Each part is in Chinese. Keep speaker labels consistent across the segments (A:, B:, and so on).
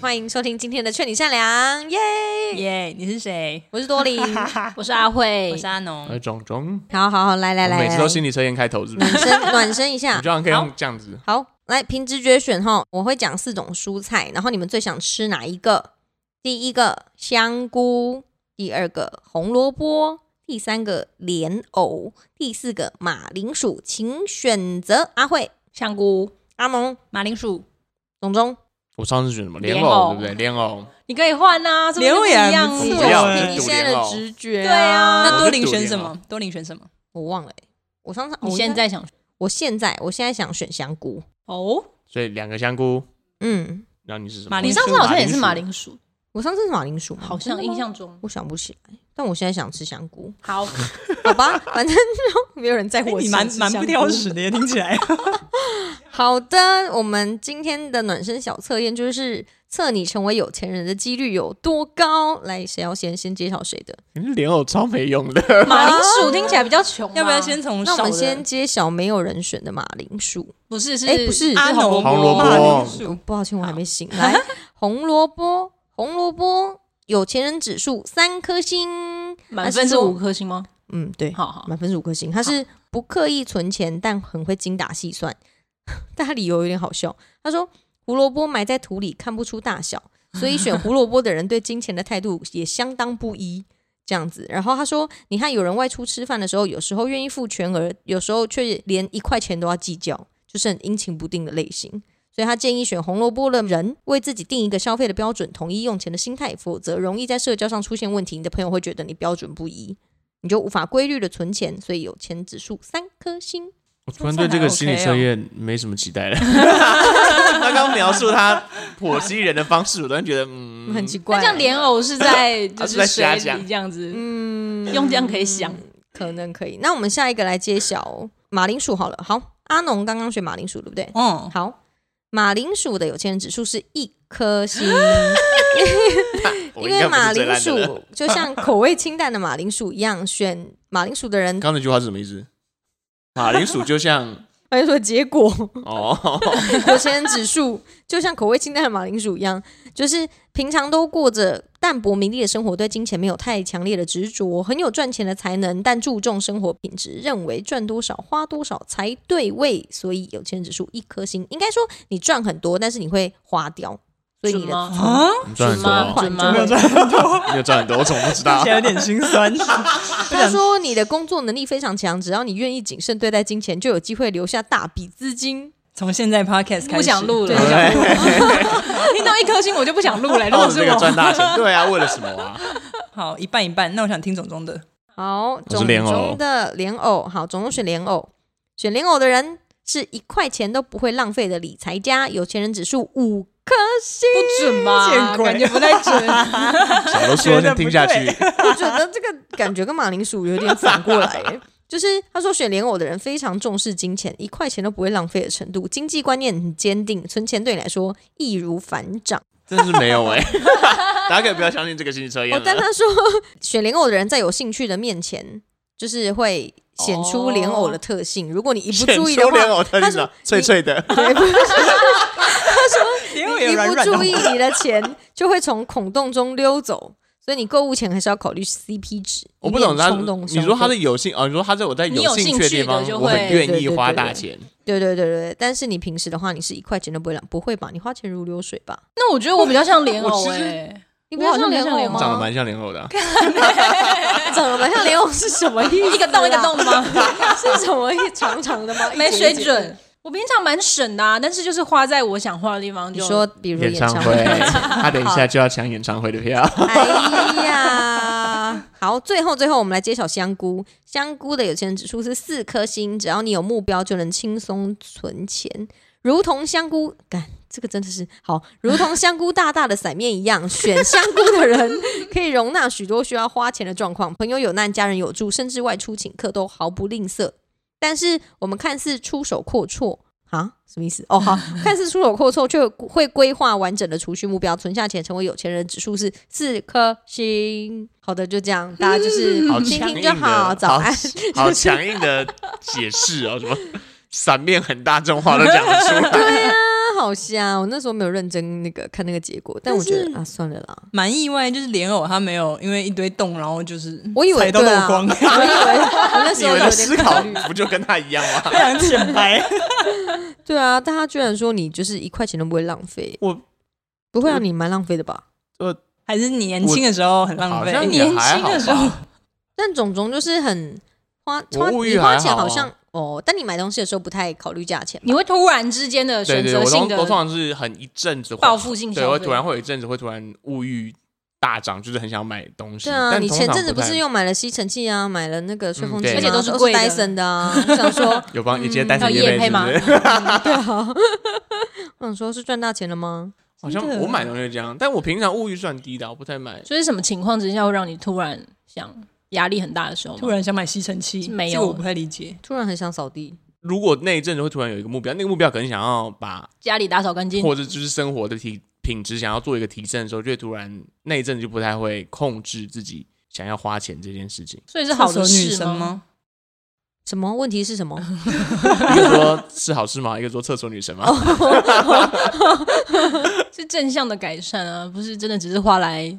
A: 欢迎收听今天的《劝你善良》，耶！
B: 耶你是谁？
A: 我是多林，
B: 我是阿慧，我是阿农。
C: 哎，种种，
A: 好好好，来来
C: 我
A: 来，
C: 每次都
A: 来
C: 心理测验开头，是不是？
A: 暖身暖身一
C: 你
A: 下，
C: 居然可以用这样子，
A: 好，来凭直觉选哈，我会讲四种蔬菜，然后你们最想吃哪一个？第一个香菇，第二个红萝卜，第三个莲藕，第四个马铃薯，请选择阿慧、
B: 香菇、
A: 啊阿 蒙、
B: 马铃薯，
A: 总中。
C: 我上次选什么
B: 莲
C: 莲
B: 藕
C: 藕，对不对？莲藕，
B: 你可以换啊，是不是
D: 莲
B: 不
D: 藕
B: 一
D: 也还
B: 样
D: 不
C: 错不要
B: 欸
C: 这
A: 你
C: 是
A: 现在的直觉、
B: 对啊，那
C: 我
B: 多
C: 是
B: 林
C: 赌
B: 选
C: 莲
B: 什
C: 藕
B: 么？多林选什么？
A: 我忘了欸、我上次
B: 你现，
A: 我应该
B: 在想
A: 我现在我现在想选香菇，
B: 哦，
C: 所以两个香菇，
A: 嗯，
C: 然后你是什
B: 马
C: 么？
B: 铃
D: 你
B: 薯
D: 上
B: 上次
D: 次
B: 好像
D: 好像
B: 也
D: 也
B: 是
D: 是
B: 马
D: 马
B: 铃薯，
A: 我上次是马铃薯吗，
B: 好
A: 真
B: 像
A: 的
B: 印
A: 吗
B: 象中
A: 我想不起来，但我现在想吃香菇，
B: 好。
A: 好吧，反正 就没有人在
B: 哎
A: 乎我
D: 你
A: 喜
D: 蛮
A: 欢吃
D: 蛮
A: 香
D: 不挑
A: 菇
D: 食的耶，听起来。
A: 好的，我们今天的暖身小测验就是测你成为有钱人的几率有多高。来，谁要先先揭晓谁的？
C: 你是莲藕超没用的，
B: 马铃薯听起来比较穷嘛，
D: 要不要先从
A: 那我
D: 少
A: 们
D: 的
A: 先揭晓没有人选的马铃薯。
B: 不是是
A: 哎不是
B: 阿
D: 阿
B: 农
D: 农
C: 红萝卜
D: 马
C: 红萝
D: 铃
C: 卜
D: 薯？
A: 哦抱歉，我还没醒。来，红萝卜，红萝卜，有钱人指数三颗星，
B: 满分是
A: 它说
B: 五。颗星吗？
A: 嗯，对，
B: 好好，
A: 满分是五颗星。他是不刻意存钱，但很会精打细算。 但他理由有点好笑，他说胡萝卜埋在土里看不出大小，所以选胡萝卜的人对金钱的态度也相当不一。这样子，然后他说：“你看，有人外出吃饭的时候，有时候愿意付全额，有时候却连一块钱都要计较，就是很阴晴不定的类型。所以他建议选红萝卜的人为自己定一个消费的标准，统一用钱的心态，否则容易在社交上出现问题。你的朋友会觉得你标准不一。你就无法规律的存钱，所以有钱指数三颗星。
C: 我突然对这个心理测验没什么期待了。 他刚描述他剖析人的方式，我突然觉得，嗯，
A: 很奇怪、欸
B: 那像莲藕是 在就
C: 它是
B: 是
C: 在
B: 水
C: 瞎
B: 里
C: 讲
B: 这样子，
A: 嗯，
B: 用这样可以想
A: 可能可以。那我们下一个来揭晓马铃薯好了。好，阿农刚刚选马铃薯对不对？
B: 嗯，
A: 好，马铃薯的有钱人指数是一颗星，
C: 我
A: 因
C: 应该
A: 为
C: 不
A: 马
C: 是最
A: 铃
C: 烂的人。
A: 薯就像口味清淡的马铃薯一样，选马铃薯的人，
C: 刚刚那句话是什么意思？马铃薯就 像
A: 他就哎说结果
C: 哦，
A: 有钱人指数就像口味清淡的马铃薯一样，就是平常都过着淡泊名利的生活，对金钱没有太强烈的执着，很有赚钱的才能，但注重生活品质，认为赚多少花多少才对味，所以有钱人指数一颗星。应该说你赚很多，但是你会花掉，所以
B: 准
A: 你的
B: 吗？
D: 啊，
C: 你赚
B: 准
C: 很 多
B: 吗？
C: 哦，
B: 准吗？
C: 你有赚很多，我怎么不知道
D: 听起？来嗯有点心酸。
A: 他说你的工作能力非常强，只要你愿意谨慎对待金钱，就有机会留下大笔资金。
D: 从现在 podcast 开始，
B: 不想录了，
A: 对
B: 不想录了 听到一颗星我就不想录 了。如
C: 抱
B: 果
C: 着
B: 是
C: 哦这个赚
B: 我，
C: 大钱，对啊，为了什么啊？
D: 好，一半一半。那我想听总中的，
A: 好，
C: 我
A: 种
C: 是莲藕
A: 中的莲藕，好，总共选莲藕，选莲藕的人是一块钱都不会浪费的理财家，有钱人指数五颗星。
B: 不准吧？
D: 见鬼
B: 感觉不太 准。
C: 小罗说先听下去，
A: 我觉得这个感觉跟马铃薯有点反过来 耶。就是他说选莲藕的人非常重视金钱，一块钱都不会浪费的程度，经济观念很坚定，存钱对你来说易如反掌。
C: 真是没有 哎。大家可以不要相信这个心理测验
A: 哦，但
C: 了。
A: 他说选莲藕的人在有兴趣的面前，就是会显出莲藕的特性。如果你一不注意的
C: 选出莲
A: 话，
C: 藕特
A: 他
C: 性
A: 说
C: 的脆脆的，
A: 对不
D: 因为有
A: 你
D: 软
A: 不
D: 软
A: 注意
D: 的。
A: 你的钱就会从孔洞中溜走，所以你购物前还是要考虑 CP 值。
C: 我不懂
A: 以免
C: 他，
A: 冲动消费
C: 你说他的有兴哦，你说他在我在
B: 你有兴
C: 兴趣的地方
B: 趣的，就会
C: 我很愿意花大钱。
A: 对对对对，对但是你平时的话，你是一块钱都不会浪，不会吧？你花钱如流水吧？
B: 那我觉得我比较像莲藕
C: 我其实
B: 哎，
A: 你
B: 我好像
A: 莲
B: 没像
A: 藕
B: 莲
A: 吗？
B: 藕
C: 长得蛮像莲藕的啊，
A: 长得蛮像莲藕是什么意思？
B: 一个洞一个，洞 吗？
A: 是什么意长长的吗？
B: 没
A: 一节
B: 水
A: 一节。
B: 准。我平常蛮省的，啊，但是就是花在我想花的地方
A: 你
B: 就。
A: 说，比如演
C: 唱
A: 唱会，
C: 他等一下就要抢演唱会的票。
A: 哎呀，好，最后最后我们来揭晓香菇。香菇的有钱人指数是四颗星，只要你有目标，就能轻松存钱，如同香菇干。这个真的是好，如同香菇大大的伞面一样， 选香菇的人可以容纳许多需要花钱的状况，朋友有难，家人有助，甚至外出请客都毫不吝啬。但是我们看似出手阔绰啊，什么意思？哦， 好，看似出手阔绰，却会规划完整的储蓄目标，存下钱成为有钱人的指数是四颗星。好的，就这样，大家 就是
C: 好
A: 嗯听
C: 强
A: 听
C: 硬
A: 就
C: 的，
A: 好。早安，
C: 好，好强硬的解释哦，什么伞面很大这种话都讲得出 来。
A: 对啊，好瞎，我那时候没有认真那个看那个结果，但我觉
D: 但
A: 得啊，算了啦，
D: 蛮意外，就是莲藕它没有因为一堆洞，然后就是
A: 我以为
D: 踩到
A: 对
D: 漏
A: 啊
D: 光，
A: 我以为 我那
C: 你
A: 时候有
C: 们
A: 点
C: 的思考
A: 考虑啊
C: 不就跟他一样 吗？
D: 非常浅白。
A: 对啊，但他居然说你就是一块钱都不会浪费，
C: 我
A: 不会啊，
C: 我
A: 你蛮浪费的吧？
D: 还是你年轻的时候很浪
C: 好
D: 费，
C: 像
D: 你
C: 也还
B: 哎年
C: 好
B: 轻的时
C: 吧
B: 候。
A: 但种种就是很花
C: 我
A: 花
C: 物
A: 你
C: 欲
A: 花
C: 还
A: 钱
C: 好
A: 好
C: 啊
A: 像哦，但你买东西的时候不太考虑价钱吧，
B: 你会突然之间的
C: 对
B: 呃选
C: 对，我
B: 择性
C: 通
B: 的
C: 我通常是很一阵子会
B: 报复性
C: 对，
B: 消
C: 会
B: 费，
C: 突然会有一阵子会突然物欲大涨，就是很想买东西。
A: 对啊，
C: 但
A: 你
C: 通
A: 前
C: 常
A: 阵子
C: 不
A: 不
C: 太
A: 是又买了吸尘器啊，买了那个吹
C: 嗯
A: 风机
C: 对
A: 吗，
C: 而且
B: 都是
A: 是
B: 贵的
A: 戴森的啊，我想 说，
C: 有帮你接
A: 嗯
C: 单程
B: 要
C: 业
B: 业
C: 配
B: 配
C: 是不
B: 吗
C: 是？
A: 对啊，我想说是赚大钱了吗？
C: 好像
D: 真的
C: 我买东西这样，但我平常物欲算低的，我不太买。
B: 所以什么情况之下会让你突然想压力很大的时候吗？
D: 突然想买吸尘器，
B: 没有
D: 这个我不太理解。
A: 突然很想扫地，
C: 如果那一阵子会突然有一个目标，那个目标可能想要把
B: 家里打扫干净，。
C: 或者就是生活的提品质想要做一个提升的时候，就会突然那一阵子就不太会控制自己想要花钱这件事情
B: 所以是好
D: 厕
B: 的
D: 所女
B: 事
D: 生？吗？
A: 什么问题是什么？
C: 一个说是好事吗？一个说厕所女神吗？
B: 是正向的改善啊，不是真的只是花来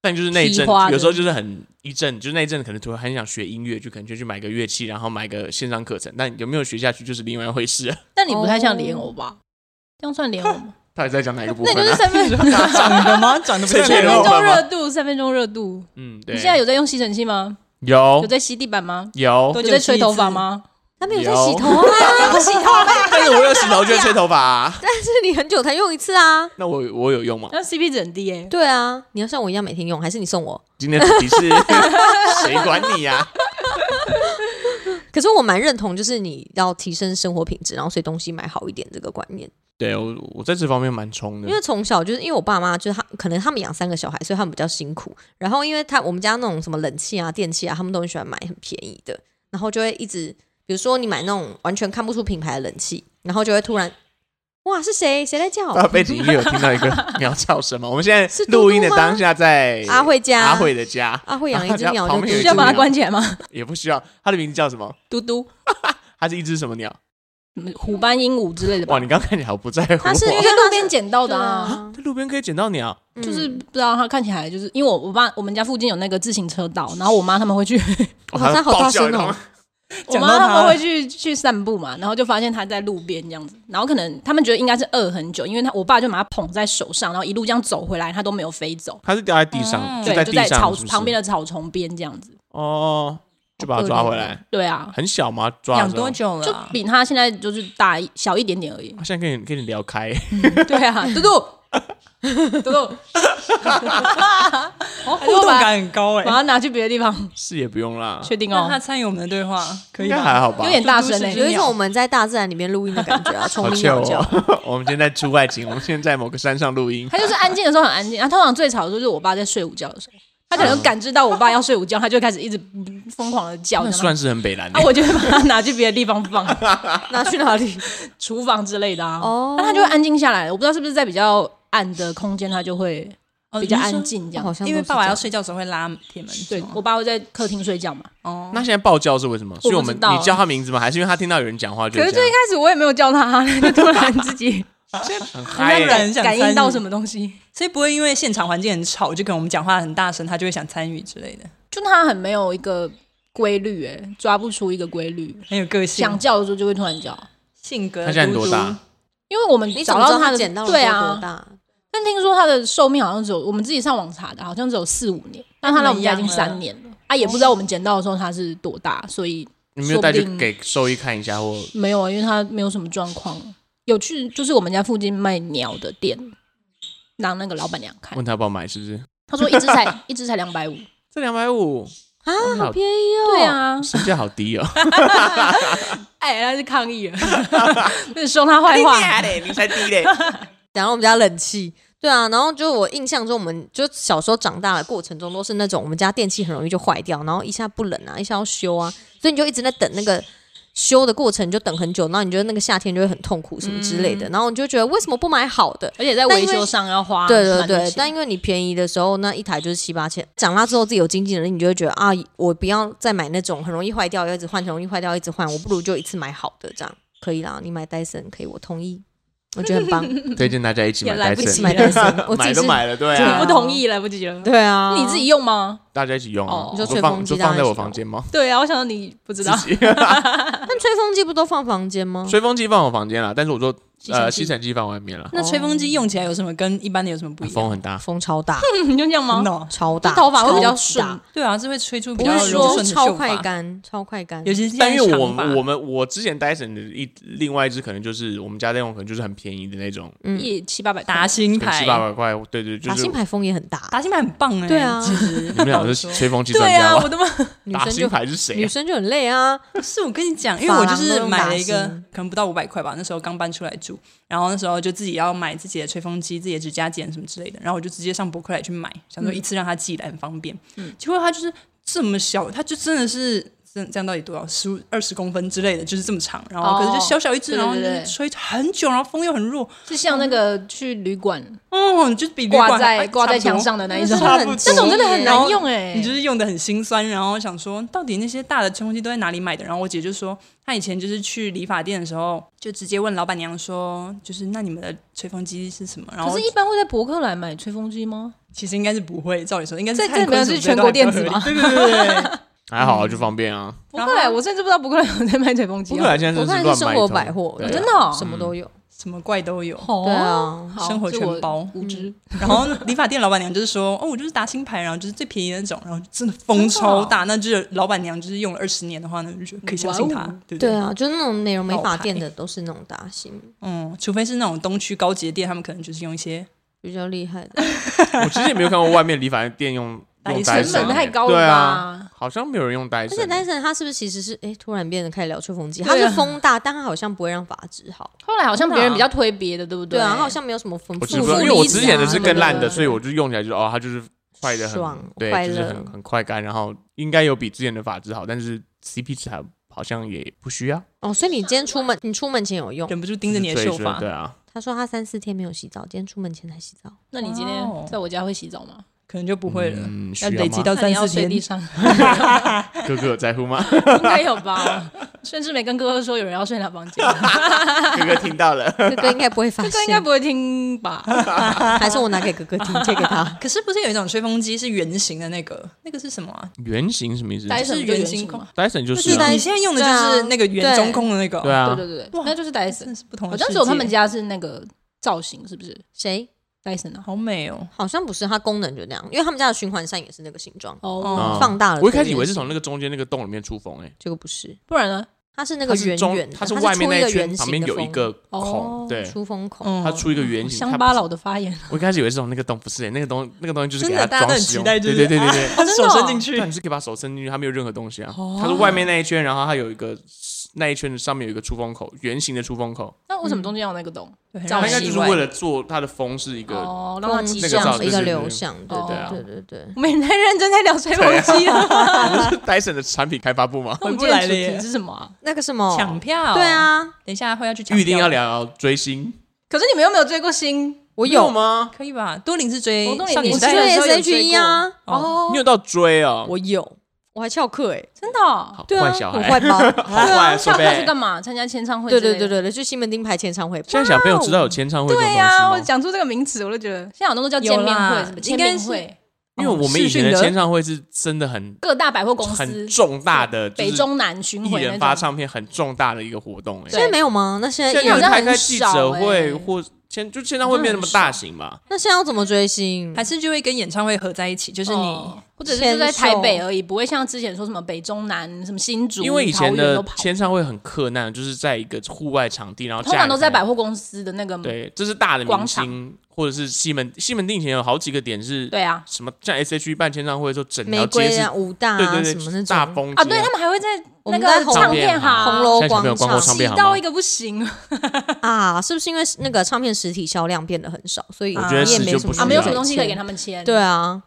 C: 但就是那一阵
B: 提花，的
C: 有时候就是很一阵，就是那一阵可能突然很想学音乐，就可能就去买个乐器，然后买个线上课程。但有没有学下去就是另外一回事了。
B: 但你不太像莲藕吧？这样算莲藕 吗？
C: 到底在讲哪一个部
B: 那
C: 分、
B: 你就是
C: 啊？
B: 三分
D: 长的吗？ 长得 不像
C: 这
B: 三
C: 个
D: 莲
B: 分
D: 藕
C: 有
B: 钟
C: 办法
B: 热度，三分钟热度。
C: 嗯，对，
B: 你现在有在用吸尘器吗？有
C: 有
B: 在吸地板吗？
C: 有，
D: 多
B: 有
D: 久
B: 在
D: 哦吸一
B: 吹头发
D: 次？
B: 吗？
A: 他没有在
C: 有
A: 洗头啊，
B: 不洗头 吧？
C: 但是我有洗头就会吹头发、啊，
A: 但是你很久才用一次啊。
C: 那我我有用吗？
B: 那 CP 值很低耶。
A: 对啊，你要像我一样每天用，还是你送我？
C: 今天的主 题是谁管你啊呀、
A: 可是我蛮认同，就是你要提升生活品质，然后所以东西买好一点这个观念。
C: 对我我在这方面蛮冲的
A: 因，为从小就是因为我爸妈就是他可能他们养三个小孩，所以他们比较辛苦。然后因为他我们家那种什么冷气啊、电器啊，他们都很喜欢买很便宜的，然后就会一直，比如说你买那种完全看不出品牌的冷气，然后就会突然，哇，是谁？谁在叫？
C: 大家啊背景音乐有听到 一个鸟叫声吗？我们现在
A: 是嘟嘟
C: 录音的当下在
A: 阿慧家，
C: 阿慧的家，
A: 阿慧养了一只鸟，
C: 旁
A: 就
C: 边有一
B: 需
C: 只
B: 要把它
C: 鸟
B: 关起来吗？
C: 也不需要，它的名字叫什么？
B: 嘟嘟，
C: 它是一只什么鸟？
B: 什么虎斑鹦鹉之类的吧
C: 哇，？你刚刚看起来好不在乎
A: 它是
B: 因
C: 我。
B: 为路边捡到的啊。
A: 啊，
C: 在路边可以捡到鸟，
A: 嗯
B: 就是不知道它看起来就是因为我我爸我们家附近有那个自行车道，然后我妈他们会去，
A: 哇好像好大声哦
C: 爆笑一通！
B: 我
D: 讲
B: 妈
D: 到
B: 他
D: 它
B: 们会去去散步嘛，然后就发现它在路边这样子，然后可能他们觉得应该是饿很久，因为他我爸就把它捧在手上，然后一路这样走回来，它都没有飞走，
C: 它是掉在地上，
D: 哦
B: 嗯对，
C: 在
B: 就
C: 地
B: 在
C: 上
B: 草
C: 是不是
B: 旁边的草丛边这样子，
C: 哦，就把它抓回来。
B: 对啊，
C: 很小吗？抓的
D: 养
C: 时候
D: 多？久了
B: 就
D: 啊？
B: 比它现在就是大一小一点点而已，
C: 我现在跟你跟你聊开，
B: 对啊，嘟嘟嘟 嘟，哎
D: 哦互动感很高哎
B: 把。它拿去别的地方，
C: 是也不用啦，
B: 确定
D: 让
B: 哦
D: 他，参与我们的对话，可以
C: 应该还
D: 吧？
C: 好吧
B: 有？点大声
D: 嘟嘟
B: 嘞
D: 是，
A: 有一种我们在大自然里面录音的感 觉啊，虫
C: 好
A: 鸣
C: 巧
A: 鸟叫。
C: 哦！ 我们今天在出外景，我们现在在某个山上录音。
B: 他就是安静的时候很安静，然 后通常最吵的时候就是我爸在睡午觉的时候，他可能
A: 嗯
B: 感知到我爸要睡午觉，他就开始一直嗯疯狂的叫，
C: 那
B: 这样
C: 算是很北蓝的
B: 啊，，我就会把它拿去别的地方放，
A: 拿去哪 里？
B: 厨房之类的啊，
A: 哦
B: 那他就会安静下来。我不知道是不是在比较暗的空间，他就会
D: 哦
B: 比较
D: 你是说
B: 安静这
A: 好
B: 样。
A: 像哦
D: 因为爸爸要
A: 睡。
D: 睡觉的时候会拉铁门，
B: 对
D: 是吗
B: 我爸会在客厅睡觉嘛，
D: 哦，
C: 那现在爆叫是为什么？是因为我
B: 我
C: 们
B: 不知道啊
C: 你叫他名字吗？还是因为他听到有人讲话就
B: 可
C: 这
B: 是
C: 样？
B: 最一开始我也没有叫他，他就突然自 己
C: 很嗨
D: 人家
C: 欸，
D: 很想
B: 感应到什
D: 么，
B: 么东西，
D: 所以不会因为现场环境很吵，就可能我们讲话很大声，他就会想参与之类的，
B: 就他很没有一个规律，哎，抓不出一个规律，
D: 很有个性
B: 想，叫的时候就会突然叫。
D: 性格。
C: 他现在多 大？？
B: 因为我们
A: 你怎
B: 找
A: 么知
B: 到
A: 道他
B: 的
A: 捡到了
B: 对
A: 多
B: 啊
A: 多，大？
B: 但听说它的寿命好像只有我们自己上网查的，好像只有四五年，但它来我们家已经三年了啊，也不知道我们捡到的时候它是多大，所以
C: 你没有带
B: 说
C: 去
B: 不定
C: 给兽医看一下或？
B: 没有啊，因为它没有什么状况。有去就是我们家附近卖鸟的店，让那个老板娘看，
C: 问他要不要买，是不是？
B: 她说一只 才一只才两百五，
C: 这两百五
A: 啊，
C: 好
A: 好便宜哦！
B: 对，啊，
C: 身价好 低哦！
B: 哎，她是抗 议了，就是说她坏话，
C: 嘞，你才低嘞！
A: 然后我们家冷气，对啊，然后就我印象中，我们就小时候长大的过程中，都是那种我们家电器很容易就坏掉，然后一下不冷啊，一下要修啊，所以你就一直在等那个。修的过程你就等很久，然后你觉得那个夏天就会很痛苦什么之类的，然后你就觉得为什么不买好的？
B: 而且在
A: 但因
B: 维
A: 为
B: 修上要花
A: 对对
B: 蛮多
A: 对，
B: 钱
A: 但因为你便宜的时候，那一台就是七八千。长大之后自己有经济能力，你就会觉得啊，我不要再买那种很容易坏掉，要一直换，很容易坏掉，一直换，我不如就一次买好的，这样可以啦。你买戴森可以，我同意。我觉得很棒。
C: 推荐大家一起买
B: 也来
C: 戴
B: 不
C: 森
B: 及，
A: 买戴森，我自
C: 买
A: 己
C: 都
A: 是，
C: 买了，对
A: 对
B: 你
A: 啊
B: 不
C: 啊，
B: 同意来不及了。
A: 对啊，
B: 你自己用吗？
C: 大家一起用啊
B: 哦。
A: 你说
C: 我
A: 吹
C: 放
A: 风
C: 就
A: 机大家
C: 放在
A: 一
C: 我
A: 起
C: 房
A: 用
C: 间吗？
B: 对啊，我想到你不知道。
C: 自己
A: 那吹风机不都放房间吗？
C: 吹风机放我房间了，但是我说呃
B: 吸
C: 吸尘器放外面了，
D: 那吹风机用起来有什么跟一般的有什么不一
C: 风
D: 样？
C: 很大。
A: 风超大，
B: 嗯你就这样吗？
D: no，
A: 超
B: 就
A: 大，
B: 头发会比较
A: 超大
B: 顺，
D: 对啊，是会吹出比
A: 不
D: 较
A: 是
D: 柔
A: 说
D: 顺的
A: 超
D: 秀
A: 快
D: 发，
A: 干，超快干
D: 尤。其是
C: 但因为我
D: 们
C: 们我们我之前 Dyson 的一另外一只可能就是我们家那种可能就是很便宜的那种，
A: 嗯，
B: 一七八百
D: 达新
C: 可能
D: 牌
C: 七，八百块，对对，就
A: 打
C: 是
A: 新牌风也很大，
D: 达新牌很棒哎，
A: 对啊
D: 其实
C: 你们俩是吹风机专
B: 对
C: 家
B: 啊，我
C: 吗？
B: 的妈！
A: 女
C: 打
A: 生
C: 新
A: 就
C: 牌是谁
A: 女
C: 啊？
A: 生就很累啊。
D: 不是我跟你讲，因为我就是买了一
A: 发廊
D: 个
A: 都用达新
D: 可能不到五百块吧，那时候刚搬出来住，然后那时候就自己要买自己的吹风机、自己的指甲剪什么之类的，然后我就直接上博客来去买，想说一次让他寄来很方便。结果他就是这么小，他就真的是。这这样到底多少？十五、二十公分之类的，就是这么长，然后可是就小小一只，
B: 哦
D: 然后就
B: 对对
D: 是
B: 对
D: 吹很久，然后风又很弱，
B: 是像那个去旅馆
D: 嗯，就是比旅
B: 挂
D: 馆
B: 在
D: 还
B: 挂在墙，上的那一种，
C: 差不多
B: 那种真的很难用
D: 差不
B: 哎、
D: 多你就是用的很心酸。然后想说，到底那些大的吹风机都在哪里买的？然后我姐就说，她以前就是去理发店的时候，就直接问老板娘说，就是那你们的吹风机是什么？然
B: 可
D: 后
B: 是，一般会在博客来买吹风机吗？
D: 其实应该是不会，照理说应该是
B: 在
D: 看
B: 这里面是
D: 坤什么
B: 全国电子
D: 都
B: 吗
D: 还比较合理对 对对对对，
C: 还好啊，就方便啊。
B: 博客来，我甚至不知道博客来有在卖吹风机、啊。
C: 不过来现在
A: 嗯我
C: 真的
A: 看
C: 是
A: 是生
C: 乱买一
A: 活
C: 通
A: 百货，
C: 对啊
B: 真的哦
A: 什么都有。
D: 什么怪都有。
B: 哦
A: 对，啊，
B: 好
D: 生活全包嗯
B: 这我无知。
D: 然后理发店老板娘就是说，哦，我就是达新牌，然后就是最便宜的那种，然后就真的
B: 啊
D: 风超大。那就是老板娘就是用了二十年的话呢，就觉得可以相信她
B: 哇哦，
D: 对不
A: 对啊，就是那种美容美发
D: 爆开
A: 店的都是那种大型
D: 嗯，除非是那种东区高级的店，他们可能就是用一些
A: 比较厉害的。
C: 我其实也没有看过外面理发店用
D: 戴
C: 用
D: 森
C: 戴
B: 成
C: 森，
B: 本太高了
C: 对
B: 吧？
C: 啊，好像没有人用戴
A: 而且
C: 森。
A: 戴森它是不是其实是哎，突然变得开始聊吹风机，它
B: 对啊
A: 是风大，但它好像不会让发质好。
B: 后来好像别人比较推别的，对不
A: 对
B: 对
A: 啊，它好像没有什么丰
C: 我
A: 富
C: 只不知
A: 负
C: 道，因为
A: 离
C: 我
A: 子
C: 之前的
A: 啊
C: 是
A: 什么
C: 更烂的，
B: 对
C: 所以我就用起来就是哦，它就是快的
A: 爽
C: 很，对，
A: 快
C: 就是
A: 乐
C: 很很快干，然后应该有比之前的发质好，但是 CP 值还好像也不需要，
A: 哦，所以你今天出门，你出门前有用？
D: 忍不住盯着你的
C: 就是
D: 秀
C: 吹吹
D: 发
C: 对，啊，
A: 他说他三四天没有洗澡，今天出门前才洗 澡。
B: 那你今天
D: 哦
B: 在我家会洗澡吗？
D: 可能就不会了。
C: 嗯，需
D: 要
C: 要
D: 累积
C: 吗
D: 到
B: 那
D: 三
B: 你要
D: 四
B: 睡
D: 天
B: 地，上，
C: 哥哥有在乎吗？
B: 应该有吧？ 甚至没跟哥哥说有人要睡他房间，
C: 哥哥听到了，
A: 哥哥应该不会发
B: 哥
A: 现，
B: 哥应该不会听 吧？
A: 还是我拿给哥哥听，借给他。
D: 可是不是有一种吹风机是圆形的那个？那个是什么啊？
C: 圆形什么意思
B: 戴森
D: 是
B: 不就
D: 圆
B: 圆
D: 形
B: 形
D: 控
B: 吗？
C: ？Dyson 就
D: 就是是
C: 啊
A: 戴
D: 你现在用的
A: 对
D: 就
A: 啊
D: 是那个圆中空的那个哦、
C: 对啊
B: 对，对对对，
D: 哇
B: 那就是戴
D: 真
B: 森
D: 的。是不同
B: 好
D: 的哦世
B: 像
D: 界。
B: 只有他们家是那个造型，是不是？
A: 谁？
B: 戴森啊？
D: 好美哦，
A: 好像不是，它功能就那样，因为他们家的循环扇也是那个形状，
B: 哦，
C: 啊
A: 放大了。
C: 我一开始以为是从那个中间那个洞里面出风，哎，
A: 结果不是，
B: 不然呢？
A: 它是那
C: 它
A: 个
C: 是
A: 圆
C: 中
A: 圆，的，
C: 它
A: 它
C: 是外面
A: 出
C: 那
A: 一
C: 一
A: 个
C: 圈
A: 圆
C: 旁
A: 形
C: 边
A: 的哦
C: 有一
A: 风
C: 个
B: 哦
C: 孔，对，
A: 出风孔。
D: 嗯，
C: 它出一个圆形，
B: 乡
C: 它
B: 巴
C: 不是
B: 佬的发言，
C: 我一开始以为是从那个洞，不是、欸、那个东那个东西就是给
D: 真的
C: 它
D: 大家都
C: 装
D: 很
C: 饰用，
D: 期待就
C: 对
D: 是
C: 对对对对，
D: 他
B: 真的
D: 手
B: 哦
D: 伸进去
C: 对，，你是可以把手伸进去，它没有任何东西啊，它是外面那一圈，然后它有一个那一圈的上面有一个出风口，圆形的出风口，
B: 那为什么中间要有那个洞？
D: 对很
B: 造
C: 它
D: 让
C: 应
D: 人
C: 该就
D: 意
C: 是
D: 外
C: 为了做它的风是一个，
B: 哦，让它
A: 风
B: 吉
C: 嗯那个造
B: 祥
C: 型。
A: 向一
C: 对
A: 个
C: 对
A: 流
C: 对啊
A: 向，对
B: 哦
A: 对对对。
B: 我们也太认真在聊吹风机了。
C: 戴森的产品开发部吗？
B: 那我们今
D: 回不来
B: 天
D: 了
B: 主
D: 耶
B: 题是什么啊？
A: 那个什么，
D: 抢票。
A: 对，
C: 哦
A: 啊，
D: 等一下会要去抢票
C: 预定要，聊追星，
B: 可是你们又没有追过星
A: 我
C: 你有
A: 有，
C: 吗？
D: 可以吧？多林是追
B: 哦多林
D: 少女
B: 你
D: 时
A: 我
B: 是
D: 代的
A: 追
D: 时候有
A: S
D: 追
A: H
D: 过
A: E 啊，
B: 哦
C: 你，有到追哦，
A: 我有，我还翘课哎，
B: 真的哦。
C: 好
A: 对啊，
C: 坏小
A: 我
C: 孩，
A: 坏吧？
C: 好
B: 翘
C: 坏啊说
B: 课去
C: 呗。
B: 干嘛？参加签唱会之
A: 对
B: 类的？
A: 对对对对，去西门町排签唱会。
C: 现在小朋友知道有签唱会这种
B: 对呀，我
C: 东西吗？
B: 讲出这个名词，我就觉得现在好多都叫见
D: 有
B: 面
D: 啦
B: 会、什么
D: 应
B: 签
D: 该
B: 名
D: 是
B: 会，
C: 因为我们以前
D: 哦
C: 的
D: 视讯的
C: 签唱会是真的很
B: 各大百货公司
C: 很、重大的，就
B: 北
C: 是
B: 中南巡
C: 艺
B: 回
C: 人
B: 那
C: 发
B: 种。
C: 唱片很重大的一个活动、
A: 现
C: 欸，
A: 在没有吗？那现在
C: 现
A: 艺
C: 在
B: 好
C: 有
A: 人
B: 像
C: 开
B: 很
C: 开记者会
B: 少欸
C: 或现就现在会没有那么大型吧？
A: 那现在要怎么追星？
D: 还是就会跟演唱会合在一起，就是你
B: 哦或者是就在
A: 签售
B: 台北而已，不会像之前说什么北中南、什么新竹，
C: 因为以前
B: 桃园
C: 的
B: 都跑
C: 签唱会很困难，就是在一个户外场地，然后
B: 通常都在百
C: 货。
B: 货公司的那个
C: 对，这是大的明
B: 广场
C: 星或者是西门西门町以前有好几个点是，
B: 对啊
C: 什么像 S H E 办签唱会的时候，整条
A: 玫
C: 街
A: 瑰
C: 是，
A: 啊、武大
C: 对
A: 啊
C: 对
A: 什
C: 对，
A: 么那
C: 大
A: 种，
C: 风
B: 啊，
C: 街
B: 对他们还会在
A: 我
B: 那
A: 们
B: 个
A: 在红
B: 唱
C: 片
B: 行
A: 红楼
C: 现在小朋友
A: 广
C: 逛过唱
A: 场
B: 挤
C: 片行
B: 到
C: 吗
B: 一？个不 行啊，
A: 啊，是不是因为那个唱片实体销量变得很少，所以
D: 我觉得
A: 你也
D: 是
A: 没
C: 就
A: 什
C: 不
A: 么
C: 需
A: 人
C: 要
B: 啊没有什么东西可以
A: 签
B: 给他们签。
A: 对，啊，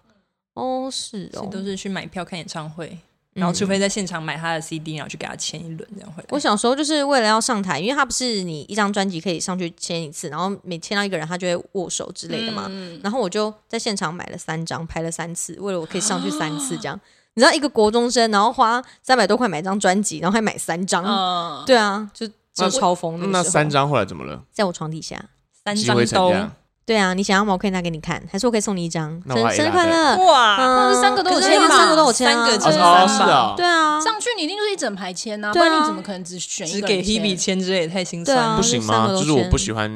A: 哦是
D: 所
A: 哦嗯
D: 以，都是去买票看演唱会，然后除非在现场买他的 CD，然后去给他签一轮，这样回来。
A: 我小时候就是为了要上台，因为他不是你一张专辑可以上去签一次，然后每签到一个人，他就会握手之类的嘛。然后我就在现场买了三张，拍了三次，为了我可以上去三次这样。你知道一个国中生，然后花三百多块买一张专辑，然后还买三张，
B: 嗯，
A: 对啊，就就超疯个时
C: 嗯
A: 候
C: 那三张后来怎么了？
A: 在我床底下。
D: 三
C: 积
D: 张
C: 灰成
D: 都
C: 这样，
A: 对啊，你想要吗？我可以拿给你看，还是我可以送你一张？
C: 那我
A: 生
C: 还
A: 生日
C: 拿
A: 快
C: 着
A: 乐！
D: 哇，
A: 嗯，
B: 三个都有
A: 可是
B: 签
A: 因为
B: 嘛
A: 三个都有签
D: 三
A: 啊，
D: 个
C: 哦
D: 签
A: 对
D: 真
A: 啊
C: 哦
D: 的
C: 是啊
D: 三吧，
A: 对啊，
B: 上去你一定是一整排签呐、啊，
A: 对啊
B: 不然你怎么可能只选一
D: 只
B: 个
D: 给
B: 人签
D: Hebe 签，这也太心
A: 对
D: 酸
A: 啊
D: 了
C: 不。行
A: 三
C: 吗？
A: 个都
C: 就是我
A: 签
C: 不喜欢。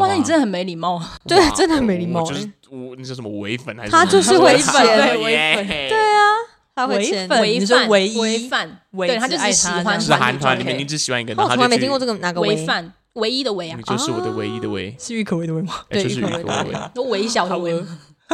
B: 哇，那你真的很没礼貌啊！
A: 对
C: 哇
A: 真的没礼貌
C: 我就
A: 欸
C: 是我，你是什么唯粉还是什
A: 他
C: 么？
A: 就是
D: 唯
A: 粉 啊
D: 对唯粉
C: 粉，
A: 他会
D: 唯
A: 签。
D: 粉你说唯一
B: 违反，
D: 唯
B: 对
D: 只
B: 他就是
D: 爱
B: 喜
D: 他这
B: 欢
D: 样
C: 就是韩
B: 团
C: 团，你
B: 就
C: 们
B: 可
C: 一
B: 以
C: 直喜欢一个，
A: 那
C: 然
A: 我
C: 后
A: 哦从
C: 他
A: 来没
C: 就
A: 听过这
C: 去
A: 个啊哪个
B: 违
A: 唯，
B: 反唯一的唯啊
C: 你，就是我的唯一的唯，
D: 是郁可唯的唯吗
C: 哎就是
B: 郁
C: 一
B: 可
C: 个
B: 唯
C: 唯
B: 对，都微小的微，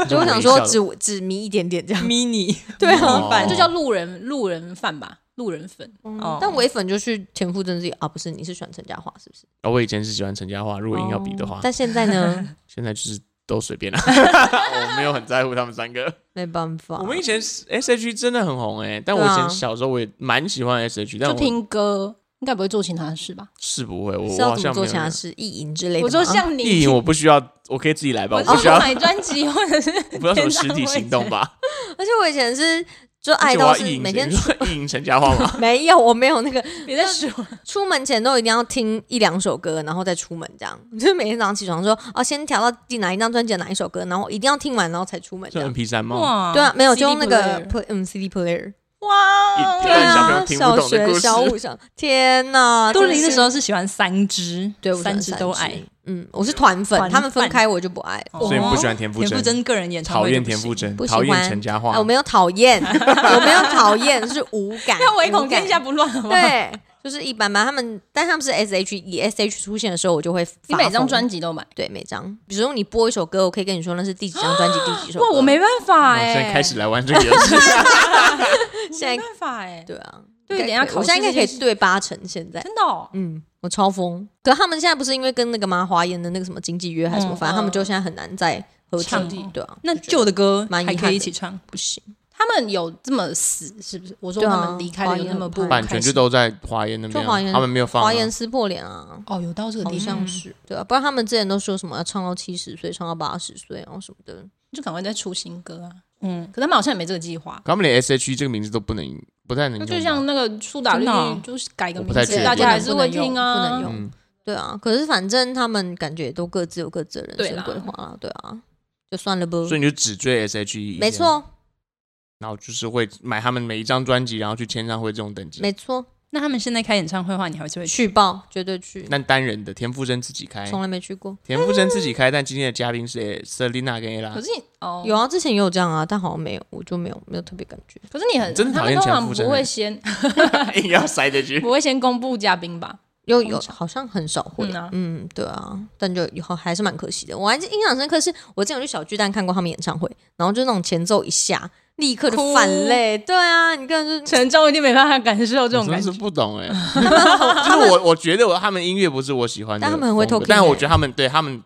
A: 就我想
C: 微
A: 说
C: 笑
A: 只只迷一点点这样。
D: ？mini
A: 对啊，
C: 哦
B: 反正就叫路人路人饭吧，路人粉。
D: 哦
A: 但唯粉就去田馥甄自己啊，不是你是喜欢陈嘉桦是不是？
C: 哦我以前是喜欢陈嘉桦，如果硬要比的话，
A: 哦但现在 呢，
C: 现在就是都 随便了，我没有很在乎他们三 个。
A: 没办法
C: 我。们以前 S H E 真的很红哎，但我以
A: 对啊
C: 前小时候我也蛮喜欢 S H E，但
B: 就
C: 我
B: 听歌，应该不会做其他事吧？
C: 是不会，我
A: 是
C: 我
A: 要
C: 好
A: 怎么
C: 像
A: 做
C: 没
A: 其他
C: 有。
A: 事？意淫之类的吗？
B: 我说像
C: 意
B: 你
C: 淫，我不需要，我可以自己来吧，
B: 我
C: 我
B: 是
C: 不需
B: 说
C: 要，
B: 买专辑或者是
C: 我不要什么实体行动吧。
A: 而且我以前是就
C: 而
A: 爱
C: 且我
A: 到
C: 要
A: 是
C: 意淫
A: 每
C: 谁，
A: 天
C: 你说意淫陈嘉桦吗？
A: 没有，我没有那个
B: 别再说了，
A: 出门前都一定要听一两首歌，然后再出门这样。 就是每天早上起床说哦，先调到第哪一张专辑的哪一首歌，然后一定要听完，然后才出门这
C: 是
A: 样
C: M。P 三吗？
D: 哇，
A: 对啊，没有
D: CD
A: 就用那个
D: player
A: play 嗯 CD player，
D: 哇，
C: 一
A: 对
C: 般小朋
A: 啊
C: 友，听不
A: 小
C: 懂的故
A: 学
C: 事
A: 小五上，天哪！
D: 杜
A: 真的
D: 林
A: 是
D: 那时候是喜欢三只，
A: 对我喜欢
D: 三只都爱
A: 只。，嗯，我是团粉，
D: 团
A: 他们分
D: 饭
A: 开我就不爱。
B: 哦
C: 所以你不喜欢田馥
D: 田馥甄个人演唱
C: 讨
D: 会就
C: 厌
D: 不
C: 田
D: 行，
C: 馥甄
A: 不，喜
C: 讨厌
A: 欢
C: 陈嘉桦
A: 啊，我。没有讨厌，我没有讨厌，是无 感。
B: 那唯恐
A: 无感
B: 天下不乱，好不好？
A: 对，就是一般般。他们，但他们是 S H 以 S H 出现的时候，我就会发
B: 你每张
A: 疯
B: 专辑都买？
A: 对每张，比如说你播一首歌，我可以跟你说那是第几张专辑、第几首歌。
B: 哇，我没办法
C: 我
B: 哎，
C: 哦现在开始来玩这个游 戏，
A: 现在
B: 没办法哎，
A: 对啊，
B: 对
A: 应该
B: 等一下
A: 可以
B: 考
A: 我现在应
B: 试
A: 该
B: 这
A: 可
B: 件
A: 以对八成。现在，
B: 真的哦。
A: 嗯，我超疯。可他们现在不是因为跟那个吗华研的那个什么经纪约还是什么，
D: 嗯
A: 反正他们就现在很难再合
D: 唱
A: 体
D: 哦。
A: 对啊，
D: 那旧的歌
A: 蛮遗
D: 还
A: 憾
D: 可以
A: 的
D: 一起唱，
A: 不行。
B: 他们有这么死是不是？我说
A: 对啊
B: 他们离开
A: 华
B: 了
A: 研
B: 有那么
A: 很
B: 不
A: 怕
C: 版权就
B: 开心
C: 都在华研那边
A: 就华研
C: 啊，他们没有放啊。
A: 华研撕破脸啊，
B: 哦，嗯有到这个
A: 好
B: 地方
A: 像，是对啊，不然他们之前都说什么要唱到七十岁，唱到八十岁，然后什么的。
B: 就赶快再出新歌啊。
D: 嗯，
B: 可他们好像也没这个计划。
C: 他们连 S H E 这个名字都不能，不太
B: 那
C: 能用吧。
B: 就像那个苏打绿
D: 真的哦，
B: 就是改个
C: 我
B: 名
C: 不太确
B: 字，
C: 定
B: 大家还是会听
A: 不能
B: 啊。
A: 用
C: 嗯，
A: 对啊，可是反正他们感觉都各自有各自的人
B: 对
A: 生
B: 啦
A: 规划啦，对啊，就算了不，
C: 所以你就只追 S H E，
A: 没，错，
C: 然后就是会买他们每一张专辑，然后去签唱会这种等级。
A: 没错，
D: 那他们现在开演唱会的话，你还是会去？
A: 去报绝对去，
C: 但单人的田馥甄自己开，
A: 从来没去过。
C: 田馥甄自己开，但今天的嘉宾是 Selina 跟 Ella
B: 可。是你哦，
A: 有啊，之前也有这样啊，但好像没有，我就没有没有特别感觉。
B: 可是你很，
C: 真的
B: 他
C: 讨
B: 们
C: 厌
B: 通
C: 前
B: 常
C: 夫真
B: 不
C: 的
B: 会 先
C: 硬要塞这句，
B: 不会先公布嘉宾吧？
A: 有有，好像很少会
B: 哦嗯啊，
A: 嗯对啊，但就以后还是蛮可惜的。我还是印象深刻是，我之前有去小巨蛋看过他们演唱会，然后就那种前奏一下，立刻就
D: 哭
A: 反泪。对啊，你根本就
B: 陈忠一定没办法感受这
C: 我
B: 种
C: 真的
B: 感
C: 是
B: 觉。
C: 不懂哎、 就是我我觉得我他们音乐不是我喜欢的
A: 但
C: 风格，
A: 他们很会 talking
C: 但
A: 欸
C: 我觉得他们对他们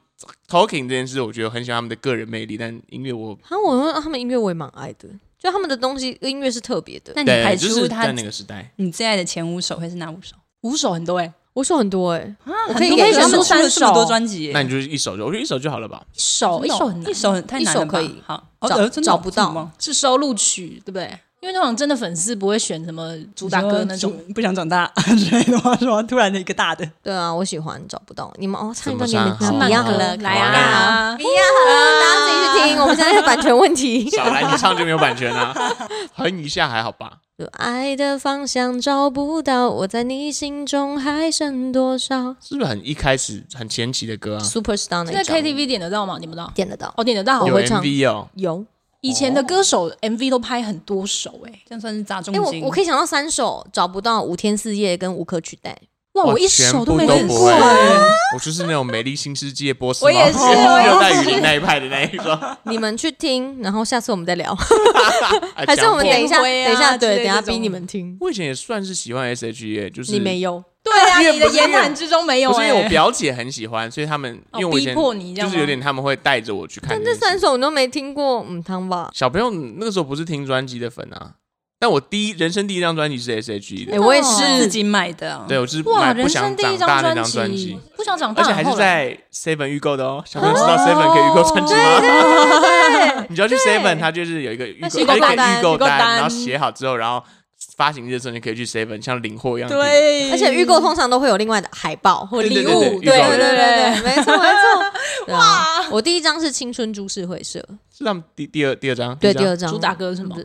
C: talking 这件事，我觉得很喜欢他们的个人魅力，但音乐我
A: 啊，我说他们音乐我也蛮爱的，就他们的东西音乐是特别的。
D: 那你排
C: 对，就是
D: 出他
C: 在那个时代，
D: 你最爱的前五首会是哪五首？
B: 五首很多哎，
A: 我手很多哎、
C: 欸
A: 我可以
D: 很
A: 给
D: 多
A: 你
D: 他
A: 们
D: 们出
A: 三
D: 了这么多
A: 首，
D: 专辑耶，
C: 那你就是一首就，我觉得一首就好 了吧。
B: 一首一首很
D: 哦一
B: 难，
D: 首很太难了吧
A: 一首可以
D: 好，哦
A: 找
D: 呃真的
A: 找不到
D: 这么忙
B: 是收录曲对不对？因为那种真的粉丝不会选什么主打歌那种。，
D: 不想长大之类的话，说突然的一个大的，
A: 对啊，我喜欢找不到你们哦，唱一段给
C: 怎
A: 你
C: 么
A: 们
C: 唱
A: 听，
C: 好
A: 不要好
C: 好
A: 了，
B: 来
C: 好
B: 啊！
A: 不要了，大家自己去听， 我们现在是版权问题。
C: 少来你唱就没有版权啊，哼一下还好吧？
A: 有爱的方向找不到，我在你心中还剩多少
C: 是不是很一开始很前期的歌啊？
A: ？Superstar 那
B: 在
A: 一张
B: KTV 点得到吗？点不到。
A: 点得到，
B: 哦，点得到
A: 我。
C: 有
A: 会唱
C: MV 哦，
A: 有。
B: 以前的歌手 MV 都拍很多首哎、
D: 这样算是砸重
A: 哎，我
D: 金。
A: 我可以想到三首，找不到五天四夜跟无可取代。
B: 哇，
C: 哇
B: 我一
C: 全
B: 首
C: 部
B: 没
C: 都
B: 听
C: 不
B: 过
C: 会
B: 哎、
C: 我就是那种美丽新世界波斯
B: 我也是我也是
C: 热带雨林那一派的那 一个，
A: 你们去听，然后下次我们再聊，
C: 还
A: 还是我们
C: 讲
A: 等一下，等
B: 讲过
A: 一下，
B: 之类
A: 对，等一下
B: 这种
A: 逼你们听。
C: 我以前也算是喜欢 S H E，就是
A: 你没有，
B: 对啊，
C: 因为
B: 你的
C: 不是因为
B: 言谈之中没有
C: 不是
B: 哎、
C: 因为我表姐很喜欢，所以他们因为
B: 哦
C: 我以
B: 逼
C: 前
B: 迫你这
C: 就
B: 样吗
C: 是有点他们会带着我去看
A: 但
C: 件
A: 这
C: 事。
A: 三首你都没听过，嗯，汤吧。
C: 小朋友那个时候不是听专辑的粉啊，但我第一人生第一张专辑是 S H E 的，
A: 哎，我也
D: 自
A: 是，
D: 己买的，
C: 对我就是
B: 哇，
C: 买不
B: 人
C: 想
B: 生第
C: 长
B: 一
C: 大那张
B: 专
C: 专辑，，
B: 不想长大，
C: 而且还是
B: 后来
C: 在 Seven 预购的哦。小朋友知道 Seven 可以预购专辑吗？ 你就要去 Seven，它就是有一个预
A: 那
C: 购，哎
A: 是一个
C: 它就可以
A: 单
C: 预购
B: 预购单
C: 单，然后写好之后，然后发行日的时候，你可以去 Seven 像领货一样。，
D: 对，
A: 而且预购通常都会有另外的海报或
C: 对
A: 礼
C: 对
A: 物，
C: 对对预
A: 对
C: 告
A: 对
C: 的
A: 对对，没错没错。哇！我第一张是青春株式会社，
C: 是他们第第二第二张，
A: 对
C: 第
A: 第
C: 一张
A: 二张
B: 主打歌是吗？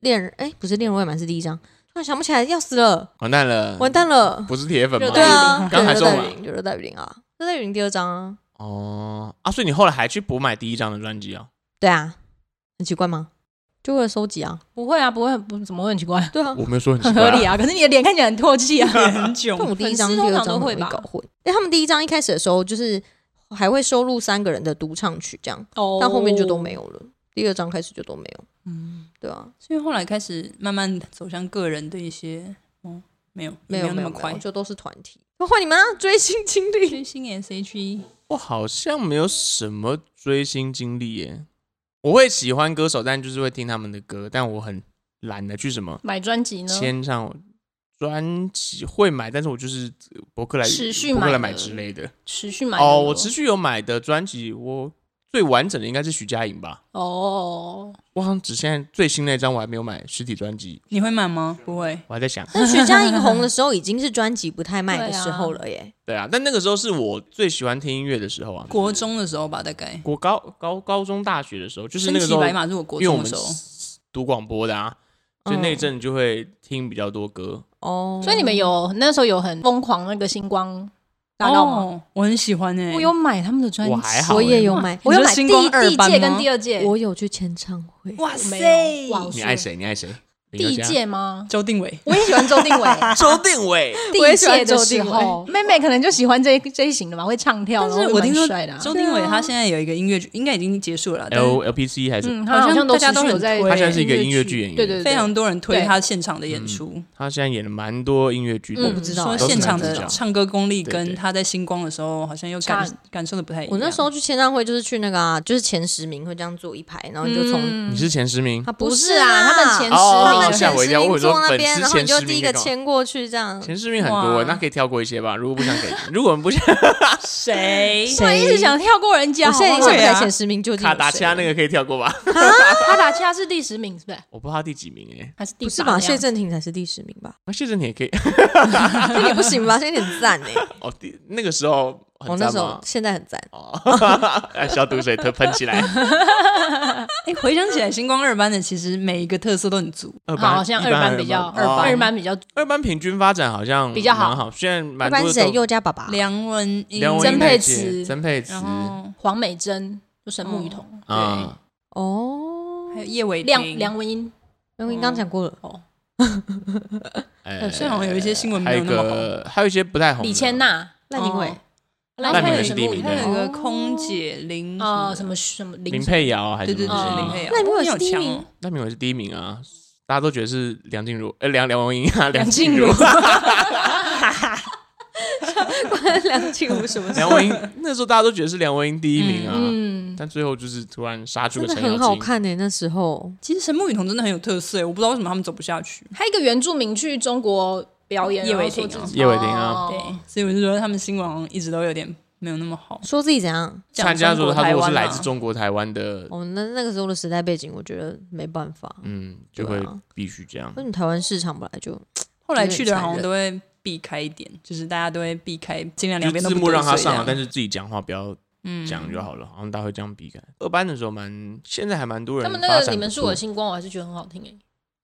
A: 恋人，哎，不是恋人未满是第一张，突然想不起来，要死了，
C: 完蛋了，
A: 完蛋了。
C: 嗯不是铁粉吗？
B: 热
A: 对啊，
C: 刚才
A: 对热
C: 说
A: 带
C: 嘛
A: 雨林，就热带雨林啊，热带雨林第二张啊，
C: 哦啊，所以你后来还去补买第一张的专辑啊？
A: 对啊，很奇怪吗？就为了收集啊，
B: 不会啊，不会，不怎么会很奇怪，
A: 对啊，
C: 我没有说很
B: 很
C: 奇
B: 合
C: 怪
B: 理
C: 啊，
B: 啊。可是你的脸看起来很唾弃啊，
D: 很久
A: 但我第一张、
B: 粉
A: 第
B: 丝通
A: 二张
B: 常都
A: 很
B: 会
A: 容易
B: 吧
A: 搞混。但他们第一张一开始的时候，就是还会收录三个人的独唱曲这样，
B: 哦
A: 但后面就都没有了。第二张开始就都没有，嗯，对啊，
D: 所以后来开始慢慢走向个人的一些，哦，没有，
A: 没
D: 也有
A: 没
D: 那
A: 有
D: 么快。
A: 就都是团体。那换你们啊，追星经 历，
D: 追星 S.H.E
C: 我好像没有什么追星经历耶。我会喜欢歌手，但就是会听他们的歌，但我很懒得去什么
B: 买专辑呢，
C: 签唱专辑会买，但是我就是呃博客来
B: 持续
C: 博客来
B: 买
C: 买
B: 的
C: 之类的。
B: 持续买的
C: 哦，
B: 吗
C: 我持续有买的专辑，我最完整的应该是徐佳莹吧。
B: 哦，
C: 我好像只现在最新那张我还没有买实体专辑，
D: 你会买吗？不会，
C: 我还在想。
A: 但徐佳莹红的时候已经是专辑不太卖的
B: 对啊
A: 时候了耶。
C: 对啊，但那个时候是我最喜欢听音乐的时候啊。
D: 国中的时候吧，大概。
C: 国高高高中大学的时候，就是
D: 身
C: 那个时
D: 骑
C: 候，
D: 白
C: 因
D: 马是我国
C: 为我
D: 中
C: 们
D: 的时候，
C: 读广播的啊，所以那一阵就会听比较多歌。
A: 哦，
B: 所以你们有那时候有很疯狂那个星光大道吗？
D: 哦，我很喜欢诶、
B: 我有买他们的专辑，
C: 我还好
A: 我也
C: 欸
A: 有买，
B: 我有买第
D: 你说星光
B: 第
D: 二
B: 一
D: 班
B: 届
D: 吗
B: 跟第二届，
A: 我有去签唱会，
D: 哇
B: 我没
D: 塞
B: 有，哇
C: 你爱谁？你爱谁？
B: 第一届吗？
D: 周定伟，
B: 我也喜欢周定伟，
C: 周定伟，
B: 第
A: 也
B: 一
A: 喜欢
B: 届的
A: 周
B: 时
A: 定伟
B: 候，妹妹可能就喜欢这这一型的吧，会唱跳，
D: 但是
B: 然后
D: 我听说
B: 蛮帅的啊，
D: 周定伟他现在有一个音乐剧，应该已经结束了啦，但是
C: L L P C 还是、
B: 嗯，
D: 好
B: 他好
D: 像
B: 像都
D: 大家
B: 持
D: 都
B: 续有
D: 很
B: 在，
D: 推他现在
C: 是一个音乐剧演员
B: 对对，对
D: 非常多人推
B: 对
D: 他现场的演出，
C: 他现在演了蛮多音乐剧的，
B: 嗯我不
A: 知道
D: 说
A: 都是
D: 现场
A: 男主
D: 的
C: 角
D: 唱歌功力
C: 对对
D: 跟他在星光的时候好像又感感受的不太一样。
A: 我那时候去签唱会就是去那个啊，就是前十名会这样坐一排，然后你就从、
C: 你是前十名，
A: 他
B: 嗯不
A: 不
B: 是
A: 是
B: 啊，他们
A: 前
B: 前
C: 哦哦
B: 十
C: 哦
B: 名
C: 吓我一跳我以为说
A: 坐那
C: 粉
A: 边，
C: 丝
A: 然后你
C: 前
A: 就
C: 十
A: 第
C: 名
A: 一个
C: 那个
A: 签过去这样。
C: 前十名很多
D: 哇，
C: 那可以跳过一些吧。如果不想给，如果我们不想
D: 谁
A: 谁
B: 突然一直想跳过人家，
A: 我现在已
B: 好
A: 经想不
B: 不好
A: 起来
D: 对啊
A: 前十名究竟
C: 卡达
A: 有
C: 其
A: 谁
C: 他
A: 了。
C: 那个可以跳过吧？
B: 他打其他是第十名，是不是？
C: 我不知道他第几名哎、
B: 还是第
A: 不是
B: 八
A: 吧？
B: 这样
A: 谢振廷才是第十名吧？
C: 那谢振廷也可以
A: 那也不行吧？啊现在有点赞哎，
C: 哦。第那个时候
A: 我
C: 很
A: 哦那
C: 赞
A: 时候
C: 吗？
A: 现在很赞。
C: 哦， 哎消毒水都喷起来。
D: 哎，回想起来，星光二班的其实每一个特色都很足，
C: 二班
B: 好哦像
C: 一
B: 二
C: 班
B: 班比较
C: 二班
B: 二班比较
C: 二班平均发展好像
B: 比较好
C: 蛮好，虽然
A: 一
C: 蛮
A: 般
C: 多
A: 是
C: 的
A: 谁？
C: 都
A: 佑嘉爸爸，
D: 梁文音、
C: 梁文
B: 曾
C: 音
B: 沛
C: 那届
B: 慈
C: 曾沛慈
D: 然后
B: 黄美珍就神木雨桐，
C: 啊，
A: 哦
D: 还，有叶伟
B: 梁
D: 婷
B: 梁文音
A: 那我刚刚讲过了，
C: 哎
D: 虽然好像有一些新闻
C: 还
D: 没
C: 有
D: 有
C: 一
D: 那么红，
C: 个还有一些不太红的，
B: 李千娜
A: 赖明伟
D: 哦，
B: 赖
C: 赖
B: 明
C: 明
B: 伟
C: 伟
B: 神
C: 是
B: 木
C: 第一
B: 雨
C: 名
D: 还有
C: 的
D: 一
B: 桐
D: 个空姐林
B: 啊，什
D: 什
B: 么
D: 么
B: 什么
C: 林
B: 林
C: 佩瑶啊还
D: 的，
C: 是
D: 对对
C: 什
D: 对，
C: 么之类
D: 对林
C: 的
D: 佩瑶，
A: 赖明伟
D: 你
A: 是
D: 好
A: 第一
D: 强
A: 名
D: 哦，
C: 赖明伟是第一名啊，大家都觉得是梁静茹，呃，梁梁文音啊，梁静
D: 静茹
A: 梁静 茹什么？
C: 梁文音那时候大家都觉得是梁文音第一名啊，
B: 嗯，
C: 但最后就是突然杀出
A: 真的
C: 个程咬
A: 很
C: 金，
A: 好看哎，那时候
D: 其实神木雨桐真的很有特色，我不知道为什么他们走不下去。
B: 还有一个原住民去中国表演，
D: 叶
B: 然后
D: 伟
B: 说
D: 霆啊
B: 自己
C: 叶伟霆啊
B: 哦
D: 对，所以我就觉得他们新闻好像一直都有点没有那么好。
A: 说自己怎样？
C: 参加如
D: 中
C: 果
D: 国
C: 他
D: 台
C: 如果
D: 湾啊
C: 是来
D: 嘛
C: 自中国台湾的，
A: 哦，那那个时候的时代背景，我觉得没办法，
C: 嗯，就会
A: 对啊
C: 必须这样
A: 因为。你台湾市场本来就
D: 后来去的人好像都会避开一点，就是大家都会避开，尽量
C: 就
D: 两边都
C: 字
D: 不
C: 幕让他上了，
D: 了，
C: 但是自己讲话不要
D: 嗯
C: 讲就好了，好像大家会这样避开。二班的时候蛮，现在还蛮多人
B: 他
C: 发
B: 们
C: 展
B: 那
C: 不错。
B: 个你们是我的星光，我还是觉得很好听诶，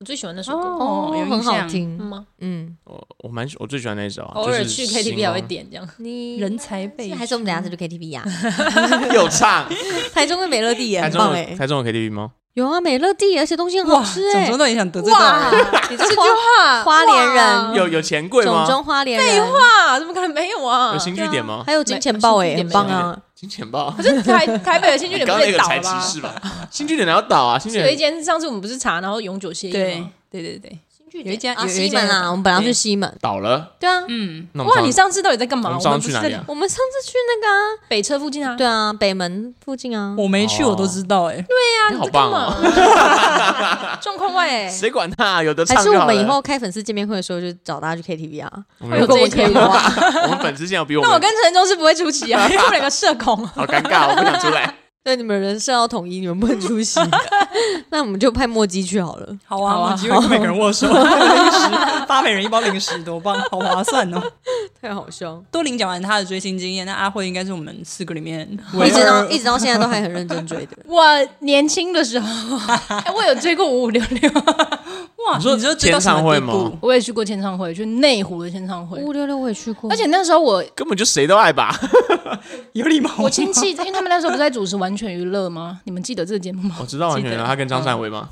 B: 我最喜欢那首歌，
D: 哦有印
A: 很好
D: 象
B: 嗯
A: 听，
B: 吗？
A: 嗯，
C: 我我蛮喜我最喜欢那一首啊，
B: 偶尔
C: 就是
B: 去
C: 星
B: KTV
C: 光
B: 还会点 这样，
A: 嗯你
D: 人才辈
A: 还是我们等下再去 KTV 呀？
C: 又唱。
A: 台中跟美乐蒂也
C: 台
A: 很
C: 中
A: 棒
C: 有
A: 哎，
C: 台中有 KTV 吗？
A: 有啊，美乐蒂，而且东西很好
D: 哇，
B: 欸
A: 吃
D: 总
A: 哎
D: 中。都很想得罪到人。
A: 你这句话啊花莲
B: 嗯
A: 人，
C: 有有钱柜
A: 种
C: 吗？
A: 中花莲人，
B: 哇，怎么可能没有啊
C: 有？新据点吗？
A: 还有金钱豹哎，
B: 没
A: 很棒啊！
C: 金钱豹
B: 可，是台台北的新据点
C: 刚
B: 不
C: 刚
B: 是也
C: 那个
B: 倒
C: 才
B: 了
C: 歧
B: 吗？
C: 视吧？新据点哪有倒啊？新据
B: 有一
C: 点
B: 间上次我们不是查，然后永久歇业
D: 对
B: 吗？
D: 对对对，
B: 新据
D: 有一
B: 点。
D: 家
A: 啊，
D: 有有一
A: 西
D: 家
A: 门啊，我们本来要去
D: 对
A: 西门，
C: 倒了，
A: 对啊，
D: 嗯，
C: 那我
B: 哇，
C: 们
B: 你
C: 上
B: 上次到底在干
C: 我
B: 嘛？
C: 们
B: 我
C: 上
B: 们
C: 次
B: 不
C: 去
B: 是
C: 哪
B: 在
C: 里啊？
A: 我们上次去那个啊，
B: 北车附近啊？
A: 对啊，北门附近啊，
C: 哦
D: 我没去我都知道哎，
C: 你
B: 啊你
C: 好
B: 在
C: 棒
B: 干
C: 哦！
B: 嘛， 状况外 哎，
C: 谁管他啊？有的
A: 还
C: 唱
A: 是
C: 就
A: 我
C: 好
A: 们以
C: 了。
A: 后开粉丝见面会的时候，就找大家去 KTV 啊，
C: 我
B: 会
C: 们
B: 有
C: 有
B: 这一
A: 可以
B: 天吗？
C: 我们粉丝现在有比 我
B: 那我
C: 们
B: 跟陈忠是不会出席啊，因为我们两个社恐。
C: 好尴尬，我不想出来。
A: 对，你们人设要统一，你们不能出 席。那我们就派墨迹去好了。
D: 好啊，
B: 好啊。
D: 我机会跟每个人握手，零食发每人一包零食，多棒，好划算哦！
A: 太好笑，
D: 多林讲完他的追星经验，那阿慧应该是我们四个里面唯
A: 一直
D: 二
A: 到一直到现在都还很认真追的
B: 我年轻的时候， 哎我有追过五五六 六，
D: 哇！
C: 你说
D: 你就追到什么地步
C: 演唱会吗？
B: 我也去过签唱会，去内湖的签唱会，
A: 五六六我也去过，
B: 而且那时候我
C: 根本就谁都爱吧？
D: 有礼貌吗。
B: 我亲戚，因为他们那时候不是在主持《完全娱乐》吗？你们记得这个节目吗？
C: 我知道完全了，他跟张善伟吗？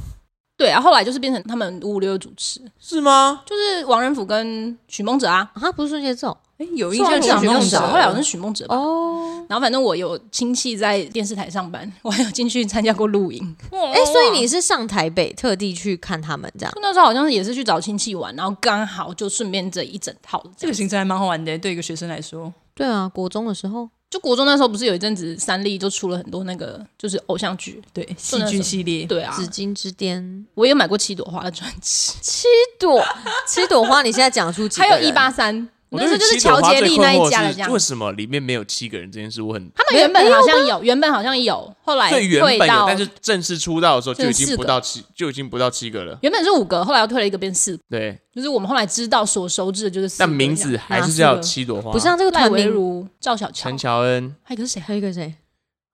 B: 对啊，后来就是变成他们五五六六主持，
C: 是吗？
B: 就是王仁甫跟许孟哲啊，
A: 啊，不是瞬间奏
D: 哎有
B: 我
D: 印象
B: 至
D: 就是
B: 少
D: 许
B: 比较
D: 梦
B: 少，
D: 哲
B: 后来好像是许孟哲吧。
A: 哦。
B: 然后反正我有亲戚在电视台上班，我还有进去参加过录影。
A: 哎、所以你是上台北特地去看他们这样？
B: 就那时候好像是也是去找亲戚玩，然后刚好就顺便这一整套这
D: 这
B: 个
D: 个。行程还蛮好玩的，对一个学生来说，
A: 对啊，国中的时候，
B: 就国中那时候不是有一阵子三立就出了很多那个就是偶像剧，
D: 对戏剧系列，
B: 对啊，
A: 紫金之 巅》
B: 我也买过七朵花的专辑，
A: 七朵七朵花，你现在讲出几个
B: 还
A: 人？
B: 有一八三，
C: 我
B: 那时候就
C: 对
B: 是
C: 于七朵
B: 乔
C: 花
B: 杰
C: 最
B: 利
C: 困
B: 那一
C: 惑
B: 家的
C: 是
B: 这样
C: 为。什么里面没有七个人这件事，我很
B: 他们原本好像有，原啊本好像有，后来
C: 最原
B: 退
C: 本有，
B: 到
C: 但是正式出道的时候就已
B: 剩
C: 经
B: 四
C: 不
B: 个
C: 到七，就已经不到七个了。
B: 原本是五个，后来又退了一个变四个，
C: 对，
B: 就是我们后来知道所熟知的就是四个
C: 但
B: 这样。
C: 名字还是
B: 这样
C: 叫七朵花。
A: 不是啊，这个
B: 赖
A: 团
B: 维
A: 名，
B: 如、赵小乔
C: 陈，乔恩，
B: 还有一个是谁？啊
A: 还有一个谁？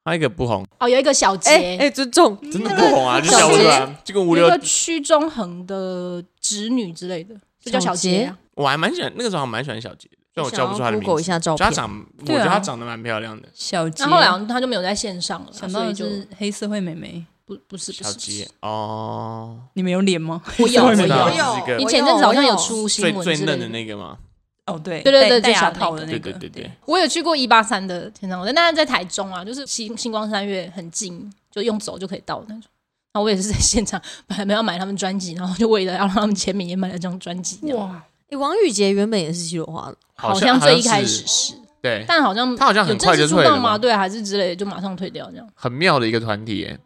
C: 他一个不红，
B: 哦，有一个小
A: 哎哎、
B: 杰，
A: 尊重，
C: 真的不红啊，就
A: 小
C: 想不出
A: 杰
C: 来，就跟
B: 有
C: 五
B: 一
C: 六
B: 个屈中恒的侄女之类的，就叫小杰啊。
C: 我还蛮喜欢，那个时候还蛮喜欢小杰的，虽然我叫不出他的名
A: Google 一
C: 字。
A: 下照
C: 就他
A: 片，
C: 长，我
D: 对
C: 觉
D: 啊
C: 得他长得蛮漂亮的。
D: 小杰。
B: 那后来好像他就没有在线上了，
D: 想
B: 所
D: 到
B: 以
D: 的
B: 就是
D: 黑社会妹妹，
B: 不不是不
C: 小
B: 是
C: 杰，哦，
D: 你们有脸吗？
B: 我有
D: 我
B: 我
D: 知道
B: 有，
C: 是一个
B: 你前阵子好像有出新
C: 最
B: 闻
C: 最
B: 之类
C: 嫩
B: 的
C: 的那个嘛，
D: 哦，对
B: 对对对
D: 戴
B: 最
D: 戴牙
B: 小那
D: 套
B: 个
D: 的那
C: 对
D: 个，
C: 对对对，
B: 我有去过一八三的天堂，但那在台中啊，就是星星光三月很近，就用走就可以到的那种。然后我也是在现场， 本来没有买他们专辑，然后就为了要让他们签名，也买了这张专辑。哇，
D: 哇，
A: 哎、王宇杰原本也是七朵花的，
B: 好
C: 像
B: 最一开
C: 是
B: 始是，
C: 对，
B: 但好像
C: 他好像
B: 有
C: 很
B: 正
C: 快就
B: 式出
C: 退了
B: 道
C: 嘛
B: 吗？，对，还是之类的，就马上退掉这样。
C: 很妙的一个团体耶，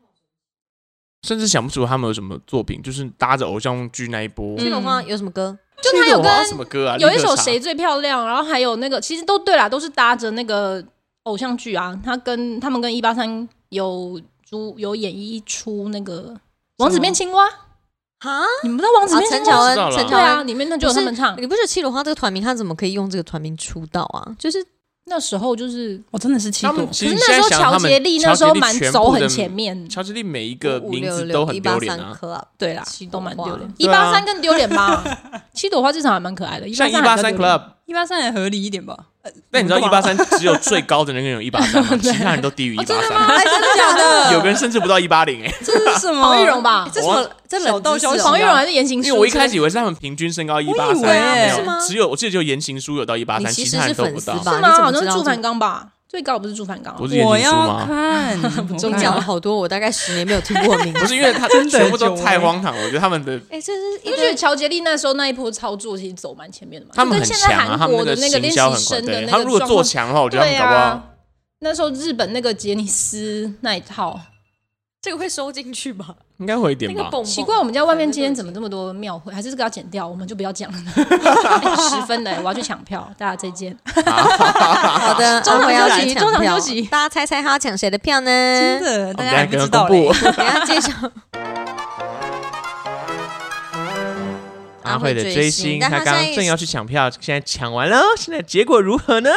C: 甚至想不出他们有什么作品，就是搭着偶像剧那一波。
A: 七朵花有什么歌？
B: 就他有
C: 这个我什
B: 跟
C: 么歌啊？
B: 有一
C: 立刻
B: 首
C: 查
B: 谁最漂亮，然后还有那个其实都对啦，都是搭着那个偶像剧啊。他跟他们跟一八三有出有演绎出那个《王子变青蛙》，
A: 哈，
B: 你们不知道《王子
A: 啊，
B: 变青
A: 陈
B: 蛙》
A: 乔
C: 知道
A: 恩，
C: 了
A: 陈
B: 对
A: 乔
B: 啊，
A: 恩，
B: 里面那就有他们
C: 嗯
B: 唱。
A: 你不觉得七朵花这个团名他怎么可以用这个团名出道啊？就是
B: 那时候就是，
D: 我真的是七
C: 他
D: 朵
C: 们，
B: 可
C: 其
B: 是
C: 实
B: 那时候
C: 现在
B: 乔
C: 想他
B: 杰
C: 们
B: 利
C: 乔
B: 那时候
C: 杰利
B: 蛮
C: 全部
B: 走
C: 的
B: 很前面，
C: 乔治利每一个
A: 五
C: 名
A: 六
C: 字
A: 六
C: 都很
A: 183
C: 丢脸啊，
A: Club
B: 对啦
A: 七，朵
B: 都蛮丢脸
A: 花。
B: 一
C: 对
B: 八
C: 啊
B: 三更丢脸吧， 七朵花至少还蛮可爱的，
C: 像一八
B: 183还
C: 三
B: 比较丢脸
C: club。
D: 一八三还合理一点吧？
C: 那你知道一
D: 干
C: 八
D: 嘛
C: 三只有最高的那个人有一八三吗？其他人都低
B: 哦
C: 于一八三，
D: 哎，真的假的？
C: 有个人甚至不到一八零哎。
D: 这是什么？
B: 黄玉荣吧
D: 哎这什么？这
A: 小
D: 冷
A: 道
D: 知
A: 消
D: 识
A: 息
D: 哦
B: 黄玉荣还是言情书，
C: 因为我一开始以为是他们平均身高一八
D: 我以为
C: 三，没
D: 是
A: 吗
C: 有，只有我记得只有言情书有到一八
A: 你
C: 三，
A: 其实
C: 他
A: 是
C: 人都
A: 粉
C: 不
A: 丝
C: 到。
A: 吧？
B: 是吗？好
A: 你
B: 像
A: 怎
B: 是
A: 么
B: 朱
A: 知道
B: 凡刚吧，最高不是朱凡刚
C: 不
B: 哦，
C: 是言
D: 我
C: 情书
D: 要
C: 吗？
D: 看，
A: 这个？
D: 我
A: 你讲了
D: 看
A: 好多，我大概十年没有听过的名字。
C: 不是，因为他
D: 真的
C: 全部都
D: 久欸
C: 太荒唐了。我觉得他们的
A: 哎，这是
B: 你
A: 一
B: 不觉得
A: 个
B: 乔杰利那时候那一波操作其实走蛮前面的嘛？
C: 他们
B: 就
C: 很
B: 跟现在
C: 强啊，他
B: 韩国
C: 们
B: 的
C: 那个
B: 那个练
C: 行销
B: 习
C: 很
B: 生
C: 快。
B: 的
C: 对，
B: 那
C: 他
B: 个
C: 们如果
B: 状
C: 做
B: 况，
C: 强的话，我觉得他
B: 对
C: 们搞不好
B: 啊，那时候日本那个杰尼斯那一套，
A: 这个会收进去吧？
C: 应该会一点
A: 那个
C: 吧。
A: 蹦
B: 奇怪，我们家外面今天怎么这么多庙会？还是这个要剪掉，我们就不要讲了。哎十分的，我要去抢票，大家再见。
A: 好的，
B: 中场
A: 阿辉要
B: 休息
A: 去抢
B: 中场
A: 票
B: 休息，
A: 大家猜猜他要抢谁的票呢？
D: 真的，
C: 我
D: 大
C: 们
D: 家还
C: 等
D: 不
C: 一
D: 知
C: 下
D: 道
C: 给他
D: 嘞
C: 公。布
A: 等一下揭晓。
C: 阿慧的追星，
A: 但
C: 他
A: 他
C: 刚刚
A: 现在
C: 正要去抢票，现在抢完了，现在结果如何呢？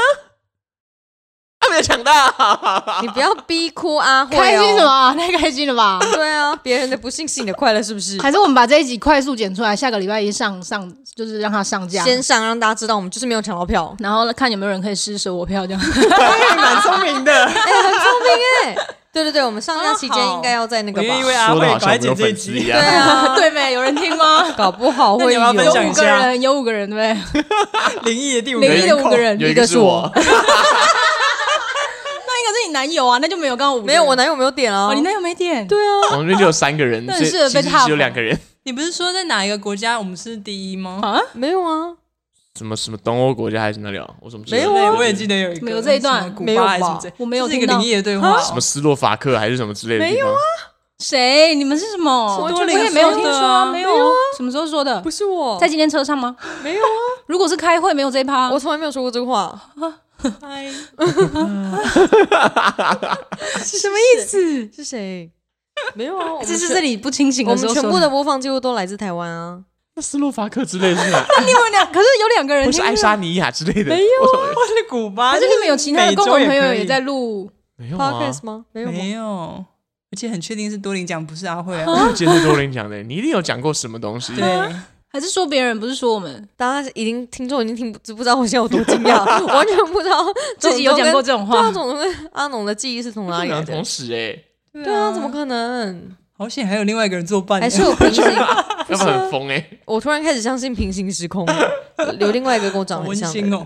C: 他没有抢到，
A: 你不要逼哭阿 慧、哦，？
E: 开心什么、？啊？太开心了吧
A: 对啊，别人的不幸是你的快乐，是不是？
E: 还是我们把这一集快速剪出来，下个礼拜一上上，就是让它上架。
A: 先上让大家知道我们就是没有抢到票
B: 然后看有没有人可以施舍我票，这样
C: 蛮聪明 的。
A: 哎、很聪明哎、对对对，我们上架期间
D: 啊好
A: 应该要在那个
D: 我
A: 吧
D: 愿意，为阿
C: 说的
D: 慧
C: 好
D: 赶
C: 像
D: 快
C: 我 们有
D: 剪这一
C: 粉丝一
D: 集。
A: 对
C: 样。
A: 啊，
B: 对没？有人听吗？
A: 搞不好
D: 那
A: 会
D: 你
A: 有
D: 要不要分享
B: 五个人，有五个人对不
D: 灵异的第五
B: 对？
D: 个
B: 灵异的
D: 人
B: 五
D: 口
B: 个，人，
C: 有
B: 那
C: 一
B: 一
C: 个是我，
B: 个是你男友啊，那就没有刚刚五个人
A: 没有，我男友没有点啊，
B: 哦，你男友没点，
A: 对啊，
C: 我们那边就有三个人，
B: 那
C: 所以
B: 你
C: 其
B: 适合被
C: 实只有
B: top
C: 两个人。
D: 你不是说在哪一个国家我们是第一吗？
A: 没有啊，
C: 什么什么东欧国家还是哪里啊？我怎么记得
A: 没有啊
D: 对，我也记得有一个
B: 没有这一段
D: 什么古
A: 没有
D: 巴还是什么
A: 吧
D: 之类，
B: 我没有
D: 这是一个
B: 听到
D: 灵异的对话，
C: 什么斯洛伐克还是什么之类的地方？
B: 谁？你们是什么？
A: 我
B: 我
A: 就
D: 多灵
B: 也没有
D: 说
B: 听
D: 的
B: 说
D: 啊
B: 啊，没有啊，什么时候说的
A: 不？是我，
B: 在今天车上吗？
A: 没有啊，
B: 如果是开会，没有这一趴
A: 我。从来没有说过这个话，
D: 嗨
A: 什么意思？是谁？没有啊，我们
B: 这是
A: 全
B: 这里不清醒
A: 我
B: 的时
A: 们
B: 候
A: 全
B: 说
A: 部的播放记录都来自台湾啊。
C: 那斯洛伐克之类是吧？
B: 你们两，可是有啊两个人
C: 或是爱沙尼亚之类的？没哎
D: 或
C: 有，
D: 是古巴，
B: 可是你们有其他的
D: 美洲
B: 共同朋友
D: 也可以
B: 也在录，
C: 没有啊！
A: Podcast 吗？没有吗
D: 没有，而且很确定是多林讲，不是阿慧啊。
C: 我今天是多林讲的，你一定有讲过什么东西？
D: 对，
B: 还是说别人不是说我们
A: 大家已经听众已经听不不知道我现在有多惊 讶，完全不知道
B: 自己有讲过
A: 这
B: 这种
A: 对啊，
B: 话？啊
A: 总跟阿农的记忆是从哪
C: 不
A: 里
C: 能
A: 来
C: 同
A: 的？
C: 时哎，
A: 对啊，怎么可能？
D: 好险还有另外一个人作伴，
A: 还是我平行？
C: 要不然很疯哎。
A: 我突然开始相信平行时空，有另外一个跟我
D: 好
A: 长得很
D: 温
A: 像的
D: 馨
A: 人。
D: 哦。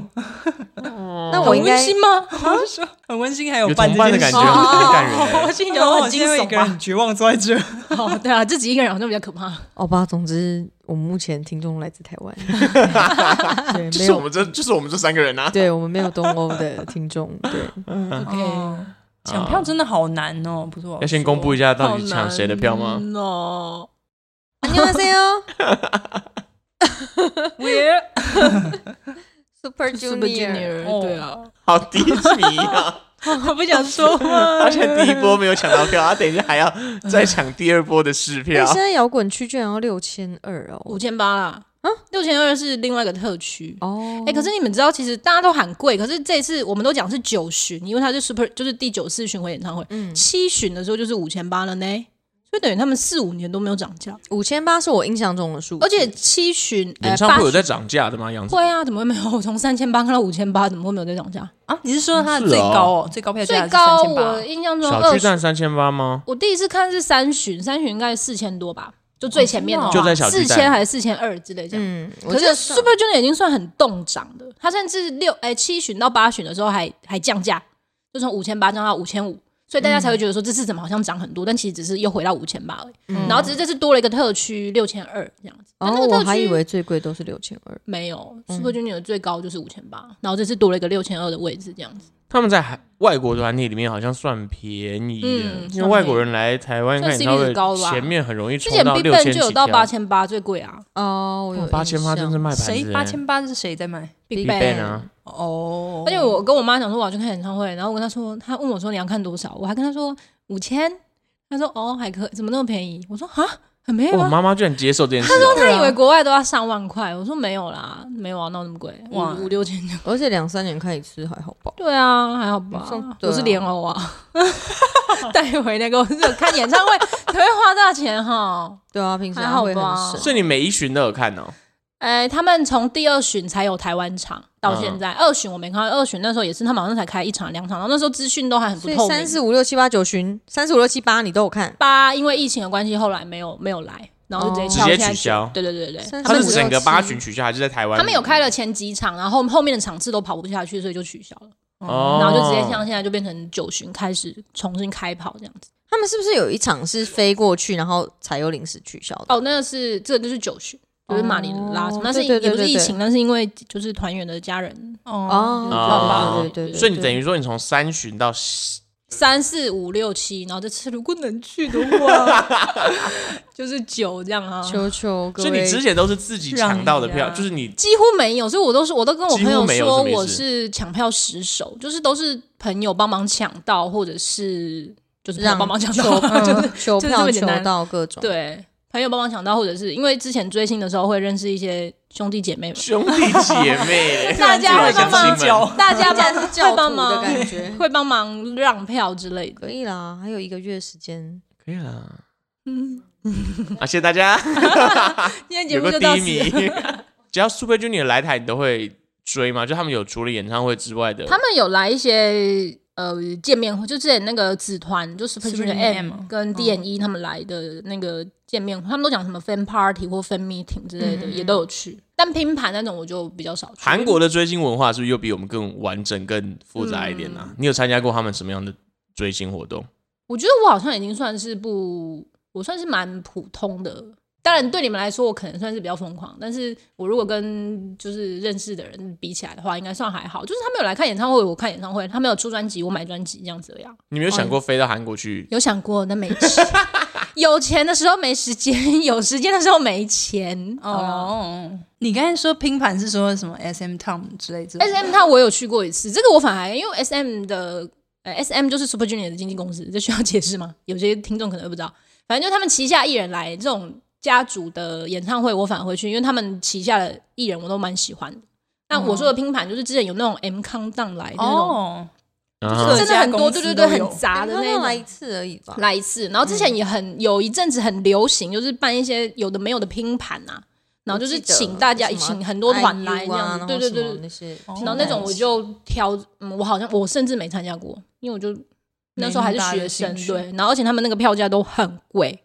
A: 那啊我
B: 很
A: 应该
B: 温馨吗？
D: 我是说很温馨，还有
C: 有
D: 伴
C: 同伴的感觉，
A: 哦哦哦
C: 很感 人
B: 好
C: 欸。
B: 温馨，有
D: 然后
B: 很
D: 我
B: 惊
D: 哦今天一
B: 悚
D: 个人
B: 吧？
D: 很绝望坐在这，
B: 哦，对啊，自己一个人好像比较可怕。
A: 哦好吧，总之我们目前听众来自台 湾，对，
C: 就
A: 没
C: 是我
A: 有，
C: 们这，就是我们这三个人啊。
A: 对我们没有东欧的听众， 对，
C: 嗯
D: 哦
B: OK，
D: 抢票真的好难哦，不错
C: 要。先公布一下到底抢谁的票
B: 好
C: 吗？
B: 难哦，
A: 안녕하세요，Super
B: Super
A: Junior，
D: 哦
B: 对啊，
C: 好低迷啊！
B: 我不想说话。
C: 而且第一波没有抢到票，他啊等一下还要再抢第二波的试
A: 哎
C: 票
A: 现。在摇滚区居然要六千二哦，
B: 五千八啦，啊，六千二是另外一个特区。
A: 哦
B: 哎、，可是你们知道，其实大家都喊贵，可是这一次我们都讲是九旬，因为它是 Super，就是第九次巡回演唱会，
A: 嗯，
B: 七旬的时候就是五千八了呢，所以等于他们四五年都没有涨价，
A: 五千八是我印象中的数字，
B: 而且七旬呃
C: 演唱会有在
B: 八
C: 涨价的吗？杨
B: 旬
C: 子
B: 会啊，怎么会没有？ 我从三千八看到五千八，怎么会没有在涨价？
D: 啊，你是说它的最高哦，最高票
B: 最
D: 价是
B: 高
D: 三千八
B: 我，印象中
C: 小
B: 二
C: 巨
B: 十，
C: 蛋三千八吗？
B: 我第一次看是三旬，三旬应该四千多吧，就最前面的话，
C: 就在小巨
B: 四
C: 蛋
B: 千还是四千二之类这样。
A: 嗯，我
B: 可
A: 记
B: 是
A: 得上
B: Super Junior 已经算很动涨的，它甚至六哎七旬到八旬的时候还还降价，就从五千八降到五千五，所以
A: 嗯
B: 大家才会觉得说这次怎么好像涨很多，但其实只是又回到五千八而已。
A: 嗯
B: 然后只是这次多了一个特区六千二这样子，但
A: 哦，
B: 那个
A: 我
B: 特
A: 还以
B: 区
A: 为最贵都是六千二，
B: 没有
A: 嗯
B: Super Junior 最高就是五千八，然后这次多了一个六千二的位置这样子，
C: 他们在海外国团体里面好像算便宜的，
B: 嗯
C: 因为外国人来台湾看演唱
B: 算 CP 值高
C: 会，
B: 吧
C: 前面很容易
B: 之
C: 冲
B: 前
C: 到
B: Big
C: 六
B: Bang
C: 千
B: 就有
C: 起
B: 到八
C: 跳。
B: 千八最贵啊
A: 哦，我有
C: 八千八
A: 印象
C: 真是卖盘子
D: 谁
C: 欸，
D: 八千八是谁在卖？
B: ，Big
A: Big
C: Bang
B: Bang
C: 啊，
D: 哦，
B: 而且我跟我妈讲说我要去看演唱会，然后我跟她说，她问我说你要看多少，我还跟她说五千，她说哦还可以，怎么那么便宜？我说啊很便宜
C: 我
B: 吗？
C: 妈妈居然接受这件事
B: 她
C: 哦，
B: 说她以为国外都要上万块，我说没有啦，没有啊，闹那么贵，五
D: 哇
B: 五六千这样。
A: 而且两三年看一次还好吧，
B: 对啊，还好吧
A: 上，对啊
B: 我是莲藕啊， 带回那个我是有看演唱会 才会花大钱哈。
A: 对啊，平时
B: 还好
A: 会
B: 吧
A: 很省
C: 所以你每一巡都有看哦。
B: 哎，他们从第二巡才有台湾场，到现在、二巡我没看到，二巡那时候也是他们好像才开一场两场，然后那时候资讯都还很不
A: 所以
B: 透明。
A: 三四五六七八九旬，三四五六七八你都有看，
B: 八因为疫情的关系，后来没有没有来，然后就直接
A: 哦
B: 跳
C: 直接
B: 现在
C: 取消
B: 对对对对对，
A: 三
C: 他
A: 四
B: 们
A: 五
C: 是
A: 六
C: 整个八
A: 七
C: 巡取消，还是在台湾？
B: 他们有开了前几场，然后后面的场次都跑不下去，所以就取消了，
C: 哦，
B: 然后就直接像现在就变成九巡开始重新开跑这样子。
A: 他们是不是有一场是飞过去，然后才有临时取消的？
B: 哦，那个是这个就是九巡。就是马尼拉
A: 哦
B: 什么，但是
A: 对对
B: 也不是
A: 对
B: 疫
A: 对
B: 情，但是因为就是团员的家人，
A: 哦，
C: 哦
A: 对对对对，
C: 所以你
A: 对
C: 等于说你从三巡到
B: 三四五六七，然后这次如果能去的话， 就是九这样啊，
A: 求求各
C: 所以你
A: 位，
C: 之前都是自己抢到的票，
D: 让一下
C: 就是你
B: 几乎没有，所以我都是我都跟我朋
C: 几乎
B: 友
C: 没有
B: 说
C: 什么意思
B: 我是抢票实手，就是都是朋友帮忙抢到，或者是就是朋友
A: 让
B: 帮忙抢
A: 求
B: 到，就是
A: 嗯求
B: 就是这
A: 票
B: 么简
A: 求
B: 单
A: 到各种，
B: 对朋友帮忙抢到，或者是因为之前追星的时候会认识一些兄弟姐妹嘛，
C: 兄弟姐 妹
B: 大家会帮忙
C: 这种亲
B: 大家
A: 这样
B: 帮
A: 是教
B: 会帮
A: 徒的
B: 忙
A: 感觉，
B: 会帮忙让票之类的。
A: 可以啦，还有一个月时间，
C: 可以啦。
B: 嗯，
C: 啊，谢谢大家，
B: 今天节
C: 有
B: 目
C: 个
B: 就
C: 低
B: 到此。
C: 迷。只要 Super Junior 来台，你都会追吗？就他们有除了演唱会之外的，
B: 他们有来一些呃见面会，就之前那个子团，就是 Super
D: Super
B: Junior
D: Junior
B: M
D: M
B: 跟 D N E 他们来的那个见面会，他们都讲什么 fan party 或 fan meeting 之类的，
A: 嗯嗯嗯
B: 也都有去。但拼盘那种我就比较少去。
C: 韩国的追星文化是不是又比我们更完整、更复杂一点呢、啊？你有参加过他们什么样的追星活动？
B: 我觉得我好像已经算是不，我算是蛮普通的。当然，对你们来说，我可能算是比较疯狂，但是我如果跟就是认识的人比起来的话，应该算还好。就是他们有来看演唱会，我看演唱会；他们有出专辑，我买专辑，这样子而已啊。
C: 你没有想过飞到韩国去？
B: 有想过，但没 钱。有钱的时候没时间，有时间的时候没钱。哦
D: 哦，你刚才说拼盘是说什么 S M Tom 之类之类
B: ，S
D: 的
B: M 他我有去过一次，这个我反而因为 S M 的。呃，SM 就是 Super Junior 的经纪公司，这需要解释吗？ 有些听众可能会不知道，反正就是他们旗下艺人来这种家族的演唱会，我反而会去，因为他们旗下的艺人我都蛮喜欢的。那我说的拼盘就是之前有那种 M 康档来的那种，
D: 嗯哦，
C: 啊
B: 真的很多，对对对，
D: 各家公司都有
B: 很杂的
A: 刚
B: 那
A: 刚来
B: 种
A: 一。次而已吧。
B: 来一次，然后之前也很、有一阵子很流行，就是办一些有的没有的拼盘啊，然后就是请大家，
A: 我记得
B: 请很多团来这
A: IU 啊
B: 样，
A: 然后
B: 对对
A: 什
B: 对
A: 么
B: 对，
A: 那些
B: 然后那种我就挑，嗯，我好像我甚至没参加过，因为我就那时候还是学生
D: 没那么大的兴，趣
B: 对，然后而且他们那个票价都很贵，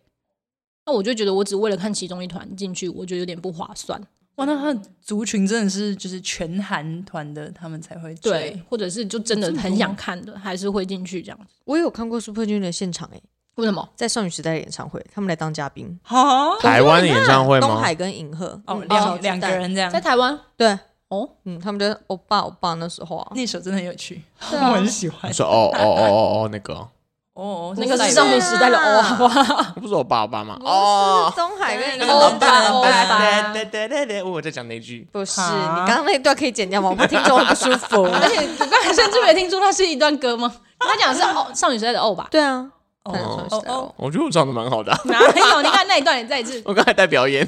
B: 那我就觉得我只为了看其中一团进去，我觉得有点不划算，
D: 哇，那他的族群真的是就是全韩团的，他们才会追
B: 对，，或者是就真的很想看的，还是会进去这样子。
A: 我有看过 Super Junior 的现场诶、欸
B: 为什么？
A: 在少女时代的演唱会，他们来当嘉宾，
D: 哈，
C: 台湾的演唱会
A: 东
C: 吗？
A: 海跟银赫
D: 哦，
A: 嗯
D: 两
A: 小巨
D: 两个
A: 蛋
D: 人这样
B: 在，台湾
A: 对，
B: 哦，
A: 嗯，他们就是欧巴欧巴那时候啊，
D: 那首真的很有趣，
A: 对啊
D: 我很喜欢
C: 你。说哦哦哦哦哦那个哦，
D: 哦，哦
B: 那个
D: 代
B: 是
D: 表
B: 少女时代的欧，好不好？
C: 不是我爸我爸吗？
A: 哦，
C: 哦，
A: 东海跟银
B: 欧
A: 赫
B: 巴欧巴
C: 对对对对，我在讲哪一句？
A: 不是，
D: 啊
A: 你刚刚那一段可以剪掉吗？我怕听众会不舒服。
B: 而且我刚才甚至没听出它是一段歌吗？他讲的是哦，少女时代的哦吧？
A: 对啊，
D: 哦
A: 看少女时代
D: 哦
A: 哦
C: 我觉得我唱的蛮好的啊，
B: 哪有？你看那一段，你再一次。
C: 我刚才在表演。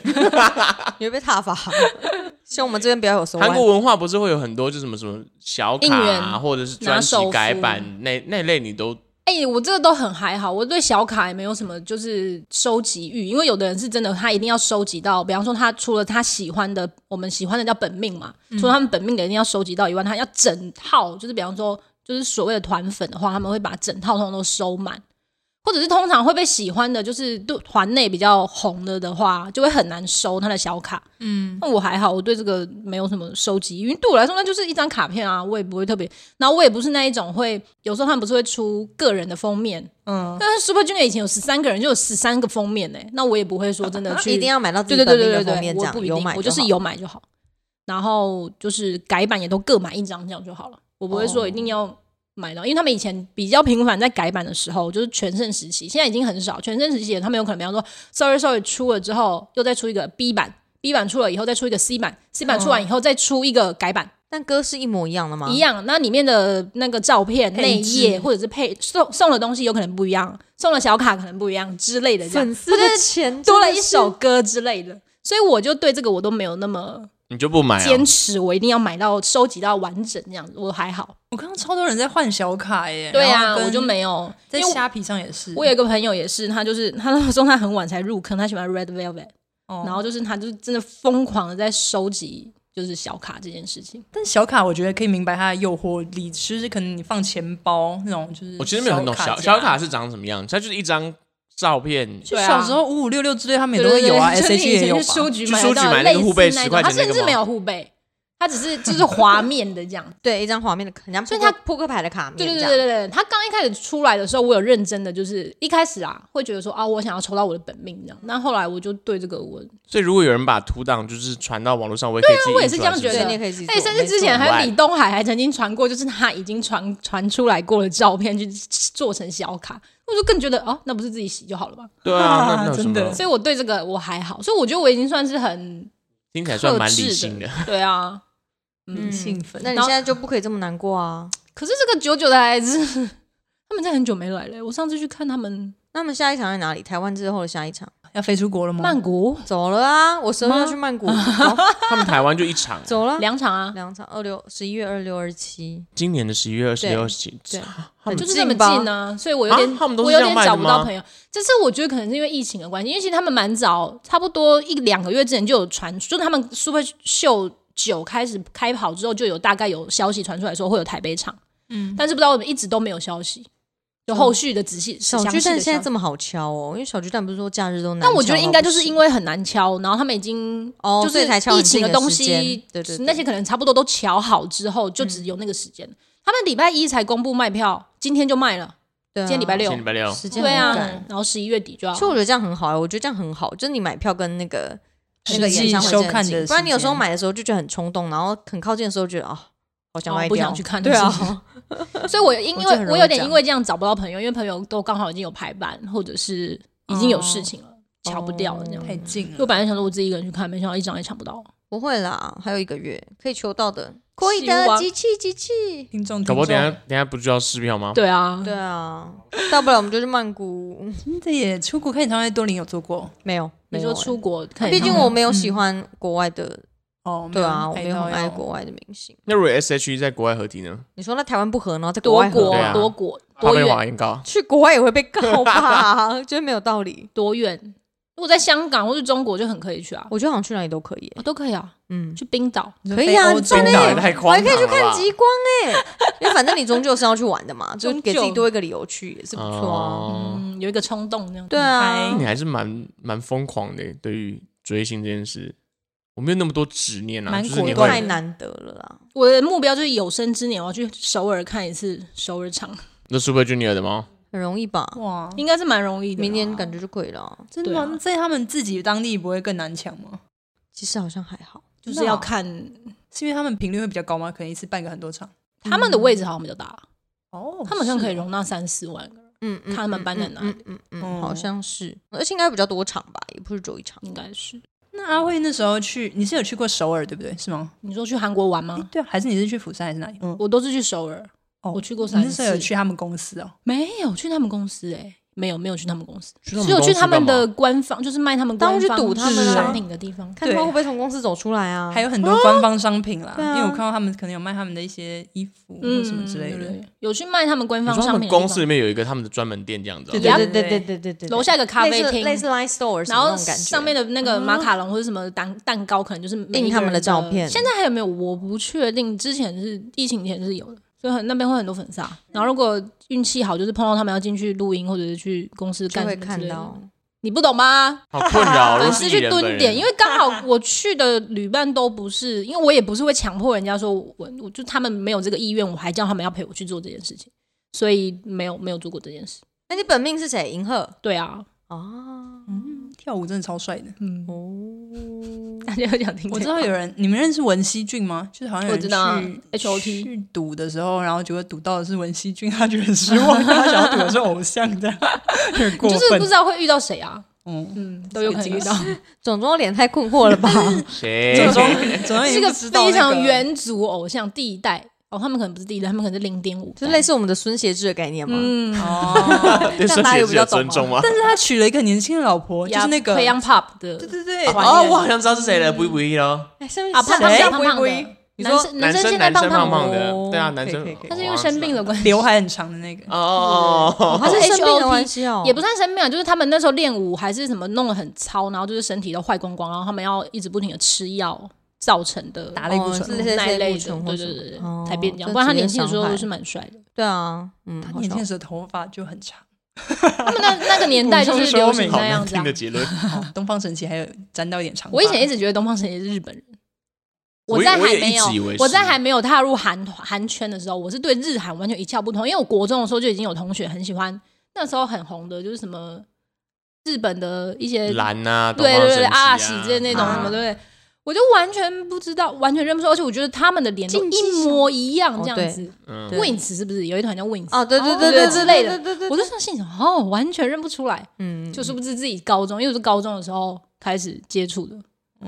A: 你会被 踏伐，希望我们这边不要有手
C: 韩
A: 腕。
C: 国文化不是会有很多就什么什么小卡、
B: 应
C: 啊、
B: 援
C: 或者是专
B: 拿手
C: 辑
B: 服
C: 改版那那类，你都
B: 哎、我这个都很还好，我对小卡也没有什么就是收集欲，因为有的人是真的，他一定要收集到，比方说他除了他喜欢的，我们喜欢的叫本命嘛，除了他们本命的一定要收集到以外，他要整套，就是比方说就是所谓的团粉的话，他们会把整套通通都收满，或者是通常会被喜欢的，就是对团内比较红的的话，就会很难收他的小卡。嗯，那我还好，我对这个没有什么收集，因为对我来说那就是一张卡片啊，我也不会特别。然后我也不是那一种会，有时候他们不是会出个人的封面，
D: 嗯，
B: 但是 Super Junior 以前有十三个人，就有十三个封面呢、那我也不会说真的 去
A: 一定要买到自
B: 对
A: 己
B: 对
A: 本
B: 对
A: 命的
B: 对对
A: 封面
B: 对，
A: 这
B: 我
A: 样，
B: 不一
A: 有
B: 定
A: 买，
B: 我就是有。买就好。然后就是改版也都各买一张这样就好了，我不会说一定要买到，因为他们以前比较频繁在改版的时候，就是全盛时期，现在已经很少。全盛时期也他们有可能，比方说 Sorry Sorry 出了之后，又再出一个 B 版，B 版出了以后再出一个 C 版，C 版出完以后再出一个改版，
A: 但歌是一模一样的吗？
B: 一。样。那里面的那个照片、内
D: 配置
B: 页或者是配送送的东西有可能不一样，送的小卡可能不一样之类的这样，
A: 粉丝的钱
B: 多了
A: 真
B: 一
A: 的是
B: 首歌之类的。所以我就对这个我都没有那么
C: 你就不买啊
B: 坚？持，我一定要买到收集到完整这样子，我还好。
D: 我刚刚超多人在换小卡耶，
B: 对
D: 然
B: 啊，
D: 后跟
B: 我就没有，
D: 在
B: 因为
D: 虾皮上也是，
B: 我有一个朋友也是，他就是他那时候他很晚才入坑，他喜欢 Red Velvet，、
D: 哦
B: 然后就是他就是真的疯狂的在收集就是小卡这件事情。
D: 但小卡我觉得可以明白它的诱惑力，就是可能你放钱包那种，就是
C: 我其实没有很懂小
D: 夹
C: 小卡是长什么样，它就是一张照片，
D: 就
B: 对啊
D: 小时候五五六六之类，他们也都会有啊
B: 对对
D: ，S
B: 对
D: H
B: 就是以
D: 也
B: 前
D: 有
B: 去
D: 吧。
B: 书局
C: 去
B: 买
C: 书局
B: 到类
C: 买那个
B: 似
C: 护贝
B: 那
C: 10
B: 种
C: 块钱
B: 他
C: 那
B: 甚
C: 个
B: 至
C: 吗
B: 没有护贝，他只 是就是滑面的这样。
A: 对，一张画面的卡，人家
B: 所以他
A: 扑克扑克牌的卡面，
B: 对对对对，对，他刚一开始出来的时候，我有认真的，就是一开始啊，会觉得说啊，我想要抽到我的本命这样。那后来我就对这个我，
C: 所以如果有人把图档就是传到网络上，我也可以自己
B: 啊我也是这样
C: 印
B: 觉
C: 出来
B: 得
A: 对，你也可以自己做。
B: 哎，甚至之前
A: 没
B: 还
A: 错
B: 有李东海还曾经传过，就是他已经传传出来过的照片去做成小卡，我就更觉得哦，那不是自己洗就好了嘛。
C: 对 啊，那那有什
D: 真的
C: 么
B: 所以我对这个我还好，所以我觉得我已经算是很
C: 听起来算
B: 克
C: 蛮理
B: 制
C: 性的。
B: 对啊，
A: 嗯
D: 兴奋
A: 那你
B: 然后
A: 现在就不可以这么难过啊？
B: 可是这个九九的孩子，他们真的很久没来了。我上次去看他们
A: 那么下一场在哪里？台湾之后的下一场，
D: 要飞出国了吗？
B: 曼谷
A: 走了啊！我十二月要去曼 谷，走
C: 他们台湾就一场，
A: 走了
B: 两场啊，
A: 两场，二六十一月二六二七，
C: 今年的十一月二十
A: 对
C: 六、二十七，
A: 对
C: 他们
B: 就是
A: 近
B: 这么
A: 吧
B: 近啊，所以我有点、
C: 啊他们都是
B: 我
C: 这
B: 有
C: 样
B: 点
C: 卖的
B: 找不
C: 吗
B: 到朋友。这次我觉得可能是因为疫情的关系，因为其实他们蛮早，差不多一两个月之前就有传，就是他们 Super 秀九开始开跑之后，就有大概有消息传出来说会有台北场，嗯，但是不知道为什么一直都没有消息，就后续的仔细、
A: 哦小
B: 详
A: 巨
B: 细
A: 蛋
B: 的
A: 现在
B: 消息。
A: 这么好敲哦，因为小巨蛋不是说假日都难敲到
B: 但
A: 不
B: 我
A: 行，
B: 觉得应该就是因为很难敲，然后他们已经
A: 哦，
B: 就
A: 所以
B: 是
A: 才敲很
B: 疫情
A: 近的
B: 东
A: 时间
B: 西，
A: 对对，嗯
B: 那些可能差不多都瞧好之后，就只有那个时间。他们礼拜一才公布卖票，今天就卖了，
A: 今
B: 今天礼拜六
C: 今天礼拜六，
A: 时间
B: 对啊
A: 很赶，
B: 然后十一月底就要
A: 其。实我觉得这样很好啊，我觉得这样很好，就是你买票跟那个那
D: 实
A: 个
D: 际
A: 演唱会
D: 收
A: 真
D: 看
A: 近
D: 的
A: 不然你有
D: 时
A: 时候
D: 间
A: 买的时候就觉得很冲动，然后很靠近的时候觉得哦，好想
B: 哦
A: 卖
B: 不
A: 掉，
B: 想去看
A: 对啊
B: 是， 所以我因
A: 我
B: 因
A: 就很容
B: 为
A: 易
B: 我有
A: 这
B: 点
A: 样
B: 因为这样找不到朋友，因为朋友都刚好已经有排版，或者
A: 哦
B: 是已经有事情了，瞧不掉了那样。
D: 太近
B: 我
D: 了，
B: 本来想说我自己一个人去看，没想到一张也抢不到。
A: 不会啦，还有一个月可以求到的，可以
D: 希
A: 的，
D: 望
A: 集气集气。
D: 听众，
C: 搞不好
D: 听
C: 等
D: 众
C: 下等下不就要撕票吗？
B: 对啊，
A: 对啊，大不了我们就去曼谷，
D: 真的耶，出国看演唱会，多林有做过
A: 没有，没
B: 你
A: 有
B: 说
A: 欸
B: 出国看
A: 毕
B: 演唱会，
A: 竟我没有喜欢国外的，
D: 哦。
A: 对啊，我
D: 没
A: 没
D: 有
A: 有很爱
D: 过。
A: 国外的明星。
C: 那如果 S.H.E 在国外合体呢？
A: 你说那台湾不合，然后在国
B: 多
A: 外合
B: 国
C: 对啊
B: 多国
C: 怕
B: 多
C: 被
B: 远
C: 法院告，
A: 去国外也会被告吧？ 觉得没有道理。
B: 多远？如果在香港或是中国就很可以去啊，
A: 我觉得好像去哪里都可以欸、
B: 哦都可以啊，
A: 嗯，
B: 去冰岛。
A: 可以啊，
D: 你
A: 你
D: 说
A: 真
D: 飞
A: 的
C: 冰
D: 欧洲
C: 岛也
A: 耶，
C: 太
A: 我
C: 夸
A: 还
C: 张
A: 可以去
C: 了吧
A: 看极光哎、 因为反正你终究是要去玩的嘛，就
D: 终究
A: 给自己多一个理由去也是不错啊。
C: 哦
B: 嗯，有一个冲动那样。
A: 对啊
B: 嗯
C: 你，还是蛮蛮疯狂的，对于追星这件事，我没有那么多执念啊，
D: 蛮
C: 就是你
D: 果
A: 太
C: 会
D: 断
A: 难得了啦。
B: 我的目标就是有生之年我要去首尔看一次首尔
A: 哦
B: 场，
C: 那 Super Junior 的吗？
A: 很容易吧？
D: 哇，
B: 应该是蛮容易的啦。
A: 明年感觉就可以了啊。
D: 真的
B: 对啊
D: 吗？那在他们自己当地不会更难抢吗？
A: 其实好像还好，
B: 就是
A: 哦
B: 要看
A: 嗯
D: 是因为他们频率会比较高吗？可能一次办个很多场。
B: 他们的位置好像比较大，
D: 哦
B: 他们好像可以容纳三四万个人，
A: 嗯，嗯
B: 看他们搬在哪哦里
A: 嗯嗯嗯嗯，
D: 嗯
A: 好像是，而且应该比较多场吧，也不是只有一场。
B: 应该是。
D: 那阿慧那时候去，你是有去过首尔对不对？是吗？
B: 你说去韩国玩
D: 诶
B: 吗？
D: 对啊，还是你是去釜山还是哪里？嗯，
B: 我都是去首尔，
D: 哦
B: 我去过
D: 你
B: 三
D: 那时候
B: 次
D: 有。去他们公司哦。
B: 没有去他们公司哎、没有没有去他们公司，
C: 去他们
B: 只有去
C: 公司
B: 他们
C: 干
B: 的
C: 嘛
B: 官方，就是卖他们官
A: 当然
B: 方
A: 是堵他
D: 们啊
B: 商品的地方。
A: 看他们
D: 对
A: 会不会从公司走出来啊？
D: 还有很多官方商品
B: 哦
D: 啦，
A: 对啊
D: 因为我看到他们可能有卖他们的一些衣服或什么之类的。
B: 嗯对有去卖他们官
C: 你
B: 方
C: 说他
B: 商
C: 们
B: 品的地方。
C: 公司里面有一个他们的专门店这样子哦、
D: 对
A: 对对对
D: 对
A: 对
D: 对
A: 对对对，
B: 楼下一个咖啡
A: 类似
B: 厅，
A: 类似 Line Store，
B: 然后
A: 那种感觉
B: 上面的那个马卡龙或者什么蛋蛋糕，可能就是每一个
A: 印他们的
B: 人
A: 照片
B: 现在还有没有？我不确定，之前是疫情前是有的，所以很那边会很多粉丝啊。然后如果运气好，就是碰到他们要进去录音或者是去公司
A: 就
B: 干
A: 会
B: 什么之
A: 看
B: 类的
A: 到。
B: 你不懂吗？
C: 好困 扰。
B: 粉丝去蹲点，因
C: 为
B: 为刚好我去的旅伴都不是，因为我也不是会强迫人家说我，我就他们没有这个意愿，我还叫他们要陪我去做这件事情，所以没有没有做过这件事。
A: 那你本命是谁？银赫
B: 对啊，
A: 啊，
D: 嗯，跳舞真的超帅的。
B: 嗯，
A: 哦，
B: 大家有想听这个吗？
D: 我知道有人，你们认识文熙俊吗？就是好像有人
B: 我知道啊
D: 去
B: HOT
D: 去赌的时候，然后结果赌到的是文熙俊，他觉得很失望， 因为他想要赌的是偶像，这样有点过
B: 就是
D: 分
B: 不。知道会遇到谁啊，
D: 嗯，
B: 嗯，都有可能遇到。
A: 总之我脸太困惑了 吧？
C: 谁？
D: 哎总总而
B: 是
D: 言
B: 个
D: 之知道
B: 非
D: 那
B: 常
D: 个
B: 元祖偶像地带哦，他们可能不是地带，他们可能是零点五，
A: 就类似我们的孙协志的概念嘛。
B: 嗯，
D: 哦，
A: 这
C: 对
A: 样
C: 身
A: 大家有
C: 体有
A: 比较懂
C: 尊重吗？
D: 但是他娶了一个年轻的老婆，就是那个
B: 嗯培养 Pop 的，
D: 对对对，
B: 哦
C: 哦，我好像知道是谁了，不一不一喽，
A: 哎，上面
B: 啊，胖
A: 上
B: 胖
A: 面
D: 谁
B: 胖胖胖
A: 不一不
B: 的
A: 一，你
B: 男
A: 说
B: 生
C: 男
B: 生现在
C: 男生
B: 胖胖
C: 胖胖的，对啊，
A: 哦
C: 男生
A: 可以可以可以
B: 他是因为生病的嗯关系，
D: 刘海很长的那个。
C: 哦哦哦
A: 哦
C: 哦，
A: 他是生病
B: HOT
A: 的关系哦，
B: 也不算生病啊，就是他们那时候练舞还是什么弄得很糙，然后就是身体都坏光光，然后他们要一直不停的吃药造成的
D: 打
A: 哦
D: 类固醇
A: 是类似
B: 那一
A: 类
B: 类
A: 固
B: 的，
A: 醇或
B: 对
A: 什
B: 对
A: 么
B: 对对
A: 哦
B: 对，才变这样。
A: 这
B: 不然他
A: 职业
B: 年轻的时
A: 伤
B: 候
A: 害
B: 是蛮帅的，
A: 对啊，嗯，
D: 他
A: 好
D: 年轻
A: 像
D: 的时候头发就很长，
B: 他们那 那个年代就是流行那样子
C: 听
B: 啊
C: 的。结论。
D: 哦东方神起还有沾到一点长发。
B: 我以前一直觉得东方神起是日本人，
C: 我
B: 在
C: 我
B: 还
C: 也
B: 没
C: 一直以
B: 有
C: 为是
B: 我在还没有踏入韩韩圈的时候，我是对日韩完全一窍不通。因为我国中的时候就已经有同学很喜欢，那时候很红的就是什么日本的一些
C: 蓝啊，
B: 对
C: 东
B: 对
C: 方
B: 对
C: 神起啊
B: 阿喜之类那种什么，对不对？我就完全不知道，完全认不出，而且我觉得他们的脸都
A: 竞技
B: 一模一样
A: 哦
B: 这样子。
C: 嗯，
A: 对
B: Wins 是不是有一团叫 Wins？
A: 哦，对对
B: 对
A: 对
B: 对之类的
A: 对对对，
B: 我就说心想，哦，完全认不出来。
A: 嗯，
B: 就殊不知自己高中，因为我是高中的时候开始接触的，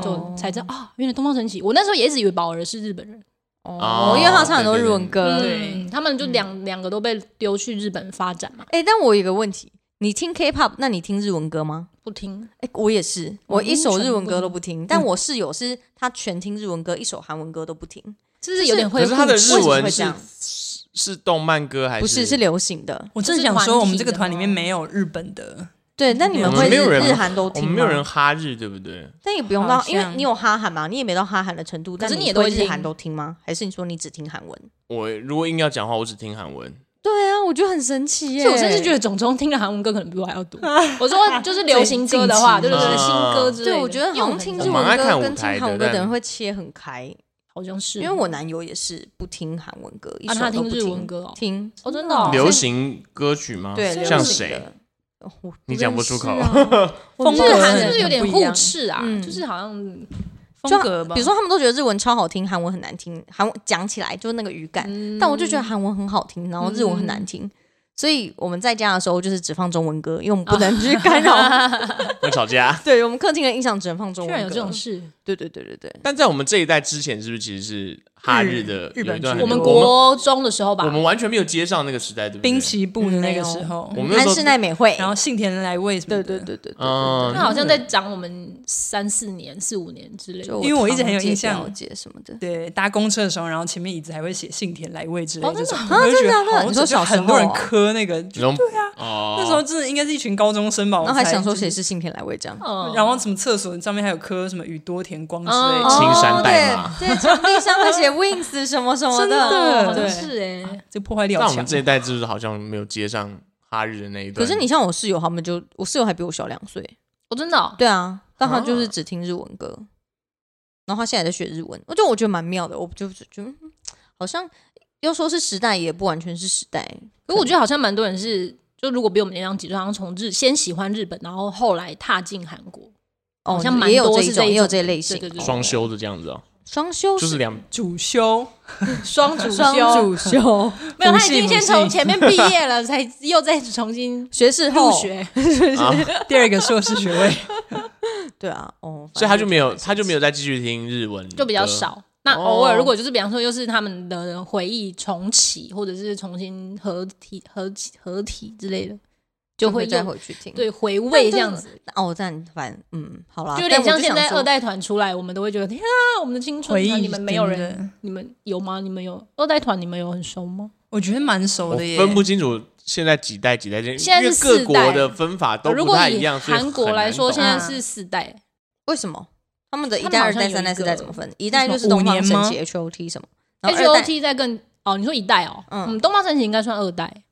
B: 就才知道啊、原来东方神起。我那时候也一直以为宝儿是日本人，
A: 哦，因为他唱很多日文歌，
D: 对
B: 嗯他们就两两、个都被丢去日本发展嘛，
A: 哎，但我有一个问题，你听 K-pop，那你听日文歌吗？
B: 不听。
A: 哎、我也是，我
B: 完
A: 一首
B: 全
A: 日文
B: 不
A: 歌都
B: 同
A: 不
C: 嗯
A: 听，但我室友是他全听日文歌，一首韩文歌都不听，
B: 是不是有点会
C: 可是他的
B: 互斥
C: 日
A: 为什么
C: 文
A: 会这
C: 是
A: 样
C: 是是动漫歌还
A: 不是是流行的。
D: 我正想说，我们这个团里面没有日本的，
A: 对，那你们
C: 我们
A: 会
C: 没有
A: 日
C: 人
A: 日韩都
C: 我
A: 听
C: 们
A: 吗？
C: 哦没有人哈日，对不对？
A: 但也不用
D: 好
A: 到，因为
D: 像
A: 你有哈韩嘛，你也没到哈韩的程度，但
B: 是你也都
A: 对
B: 会
A: 日韩
B: 听
A: 都听吗？还是你说你只听韩文？
C: 我如果硬要讲话，我只听韩文。
A: 对啊，我觉得很神奇耶
B: 所以我甚至觉得种种听的韩文歌可能比我还要多。我说就是流行歌的话，
D: 最
B: 对
D: 近
B: 对
C: 期
B: 对，新歌之类的。
A: 对，我觉得
B: 因为
A: 好
B: 我
A: 像
B: 很
A: 听
B: 少
A: 日
C: 蛮
A: 文
C: 爱看
A: 歌
C: 舞
A: 跟听
C: 台
A: 韩文
C: 的
A: 歌的人
C: 但
A: 会切很开，
B: 好像是，
A: 因为我男友也是不听韩文歌，一
B: 啊
A: 首
B: 他
A: 都
B: 听
A: 不
B: 日
A: 听
B: 文歌哦
A: 听
B: 哦真的哦
C: 流行歌曲吗？
A: 对流
C: 啊像
A: 行
C: 谁？
A: 的哦我
C: 你
A: 不
C: 讲
A: 认
C: 不出
A: 识
C: 口
A: 啊我
D: 风
A: 日
B: 日
D: 格
B: 韩
A: 韩
B: 是不是有点互斥啊？
A: 嗯
B: 就是好像
D: 风格吧。
A: 比如说，他们都觉得日文超好听，韩文很嗯难听，韩文讲起来就是那个语感。但我就觉得韩文很好听，然后日文很难听，所以我们在家的时候就是只放中文歌，因为我们不能去干 扰。
C: 会吵架。
A: 对我们客厅的音响只能放中
B: 居
A: 文
B: 然
A: 歌。
B: 有这种事，
A: 对对对对对，
C: 但在我们这一代之前，是不是其实是哈日的
D: 日日本
C: 有一段很
D: 剧
B: 我们
D: 对
B: 国中的时候吧
C: 我，们完全没有接上那个时代，对不对？
D: 滨崎步嗯的那个时候，
C: 我们嗯那时
A: 安
C: 候
A: 室奈美惠。
D: 然后幸田来未什么
A: 对
D: 的，
A: 对对对对
C: 嗯
B: 那好像在讲我们三四年、四五年之类的
A: 就。
D: 因为我一直
A: 堂
D: 很有
A: 姐
D: 印象
A: 表姐什么的。
D: 对，搭公车的时候，然后前面椅子还会写幸田来未之类
B: 哦
D: 这种，
B: 真
D: 我就觉
A: 真的
D: 得
A: 啊你
D: 好扯
A: 说小
D: 就
A: 时
D: 很多人
A: 候啊
D: 磕那个，就
C: 对啊，哦，
D: 那时候真的应该是一群高中生吧，我
A: 然后还
D: 猜
A: 想说
D: 就是
A: 谁
D: 哦
A: 是幸田来未这样。
B: 嗯
D: 然后什么厕所上面还有刻什么宇多田光之类
B: 哦
D: 的，
C: 青山白马
A: 哦对，对，墙壁上会写 wings 什么什么
D: 真
A: 的。
D: 的
B: 好像
D: 对
B: 是哎，
D: 就破坏力
C: 但
D: 好
C: 我
D: 强
C: 们。这一代就是好像没有接上哈日的那一
A: 可
C: 段。
A: 是你像我室友，他们就我室友还比我小两岁。
B: 我真的哦
A: 对啊，但他就是只听日文歌，然后他现在在学日文，我就我觉得蛮妙的。我就是觉得嗯好像要说是时代，也不完全是时代。
B: 可我觉得好像蛮多人是，就如果比我们年长几岁，好像从日先喜欢日本，然后后来踏进韩国，
A: 哦，
B: 好像蛮
A: 也有
B: 多
A: 一
B: 是
A: 种，
B: 这
A: 也
B: 一
A: 有
B: 种
A: 这一类型
B: 对对对
C: 双修的这样子哦，
A: 双休
C: 就是两
D: 主修，
B: 双主
A: 双
B: 修
A: 主修
B: 没有，
D: 辅
B: 他已
D: 系
B: 经
D: 辅
B: 先
D: 系
B: 从前面毕业了，才又再重新
A: 学士
B: 入
A: 后，
B: 学。
C: 啊，
D: 第二个硕士学位，
A: 对啊，哦，
C: 所以他就没有，
A: 反正
C: 他就没有再继续听日文，
B: 就比较。少。那
C: 哦
B: 偶尔如果就是比方说又是他们的回忆重启，或者是重新合体、合体合体之类的，就
A: 就
B: 会
A: 会再
B: 又
A: 回去听。
B: 对回味这样子，
A: 哦，这样反嗯，好啦，
B: 就有点
A: 但我
B: 像
A: 就
B: 现
A: 想
B: 在
A: 说
B: 二代团出来，我们都会觉得天啊，我们的青春
D: 回忆
B: 啊， 你们没有
D: 真
B: 人
D: 的，
B: 你们有吗？你们有二代团，你们有很熟吗？
D: 我觉得蛮熟
C: 我
D: 的耶。
C: 分不清楚现在几代几代之间，
B: 现在是
C: 因为
B: 四
C: 各
B: 代
C: 国的分法都
B: 如
C: 不
B: 果
C: 太一
B: 以
C: 样。所以
B: 韩国
C: 很难
B: 来说，
C: 懂
B: 现
A: 嗯
B: 在是四代，
A: 为什么他们的一
B: 他们
A: 代、
B: 好
A: 二
B: 像
A: 代、
B: 有
A: 三代、
B: 一
A: 四代
B: 个
A: 怎么分？一代
D: 什
A: 就
D: 么
A: 是东
D: 五
A: 方
D: 年
A: 神
D: 吗
A: 起 H O T 什么，然后
B: H
A: 二
B: O
A: 代
B: T 在更哦，你说一代哦，
A: 嗯啊
B: 嗯，东方神起应该算二代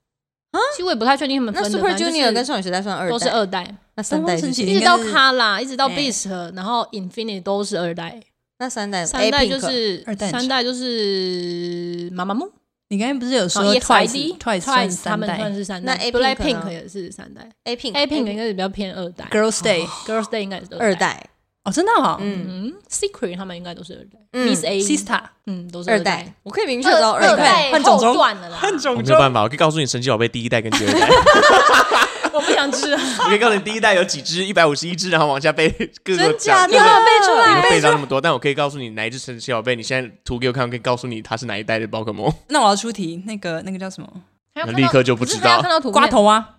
B: 其实我也不太确定他们分
A: 那
B: 的
A: Super
B: 反正就是
A: Junior 跟少女时代算二
B: 都是哦
A: 代，
B: 二代，
A: 那三
D: 东
A: 代
D: 方
A: 是
D: 神起
A: 谁
B: 一
D: 应
B: 直
D: 该
B: 到
D: 是
B: 卡啦，一直到
A: 哎
B: Beast，、然后 Infinity 都是二代，
A: 那三代
B: 三代
A: A-Pink
B: 就是
D: 二代很
B: 三代就是妈妈木，
D: 你刚才不是有
B: 然
D: 说
B: 后
D: Twice
B: EXID、
D: Twice 算
B: Twice 他
D: 三
B: 们算
D: 代
B: 是三
A: 那
B: 代
A: A-Pink
B: ，Blackpink
A: 呢
B: 也是三代
A: A Pink 嗯
B: ，A Pink 应该是比较偏二代
D: ，Girls Day，
B: ，Girls Day 应该也是
A: 二
B: 代，
A: 代，
D: 哦，真的哦
A: 嗯
B: 哦嗯，Secret 他们应该都是二代
A: 嗯
B: ，Miss A
D: ，Sister，
B: 嗯都是
A: 二代
B: 代，，
A: 我可以明确知道
B: 二
A: 二代，
B: 代
D: 换种
B: 后
D: 族
B: 段了啦，
C: 我
D: 种
C: 没有办法，我可以告诉你，神奇宝贝第一代跟第二 代，
B: 我不想知道，
C: 我可以告诉你，第一代有几只，一百五十一只，然后往下背各个
A: 真假
C: 奖，
A: 的？
C: 各个
A: 背出
C: 你背到那么多，但我可以告诉你哪一只神奇宝贝，你现在图给我看，我可以告诉你它是哪一代的宝可梦。
D: 那我要出题，那个那个叫什么？
B: 还要看到
C: 立刻就不知道
B: 可是还要看到图片
D: 瓜头啊，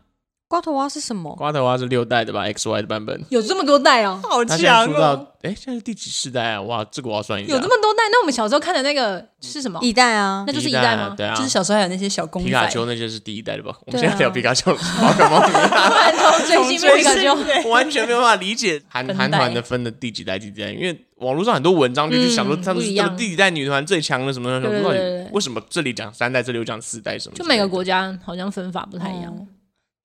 A: 瓜头娃是什么？
C: 瓜头娃是六代的吧？X Y 的版本，
B: 有这么多代哦。
D: 好
C: 它现在
D: 强
C: 出
D: 哦！
C: 到哎，现在是第几世代啊？哇，这个我要算一下，
B: 有这么多代，那我们小时候看的那个是什么？
A: 一代啊
B: 那，就是
C: 第
B: 一
C: 一
B: 代
C: 代
B: 吗
C: 对啊，
D: 就是小时候还有那些小公
C: 皮卡
D: 仔，
C: 丘那就是第一代的吧？我
A: 对啊
C: 们现在聊皮卡丘、宝可梦，
B: 追星皮卡丘，
C: 我 完全没有办法理解韩
D: 分代
C: 韩团的分的第几代第几代，因为网络上很多文章就去想说
B: 嗯
C: 他们
B: 不一
C: 是
B: 样
C: 什么第几代女团最强的什么什么
B: 对对
C: 什么，到
B: 对对
C: 底
B: 对
C: 为什么这里讲三代，这里又讲四代什么之
B: 就
C: 类的？
B: 每个国家好像分法不太一样。
D: 哦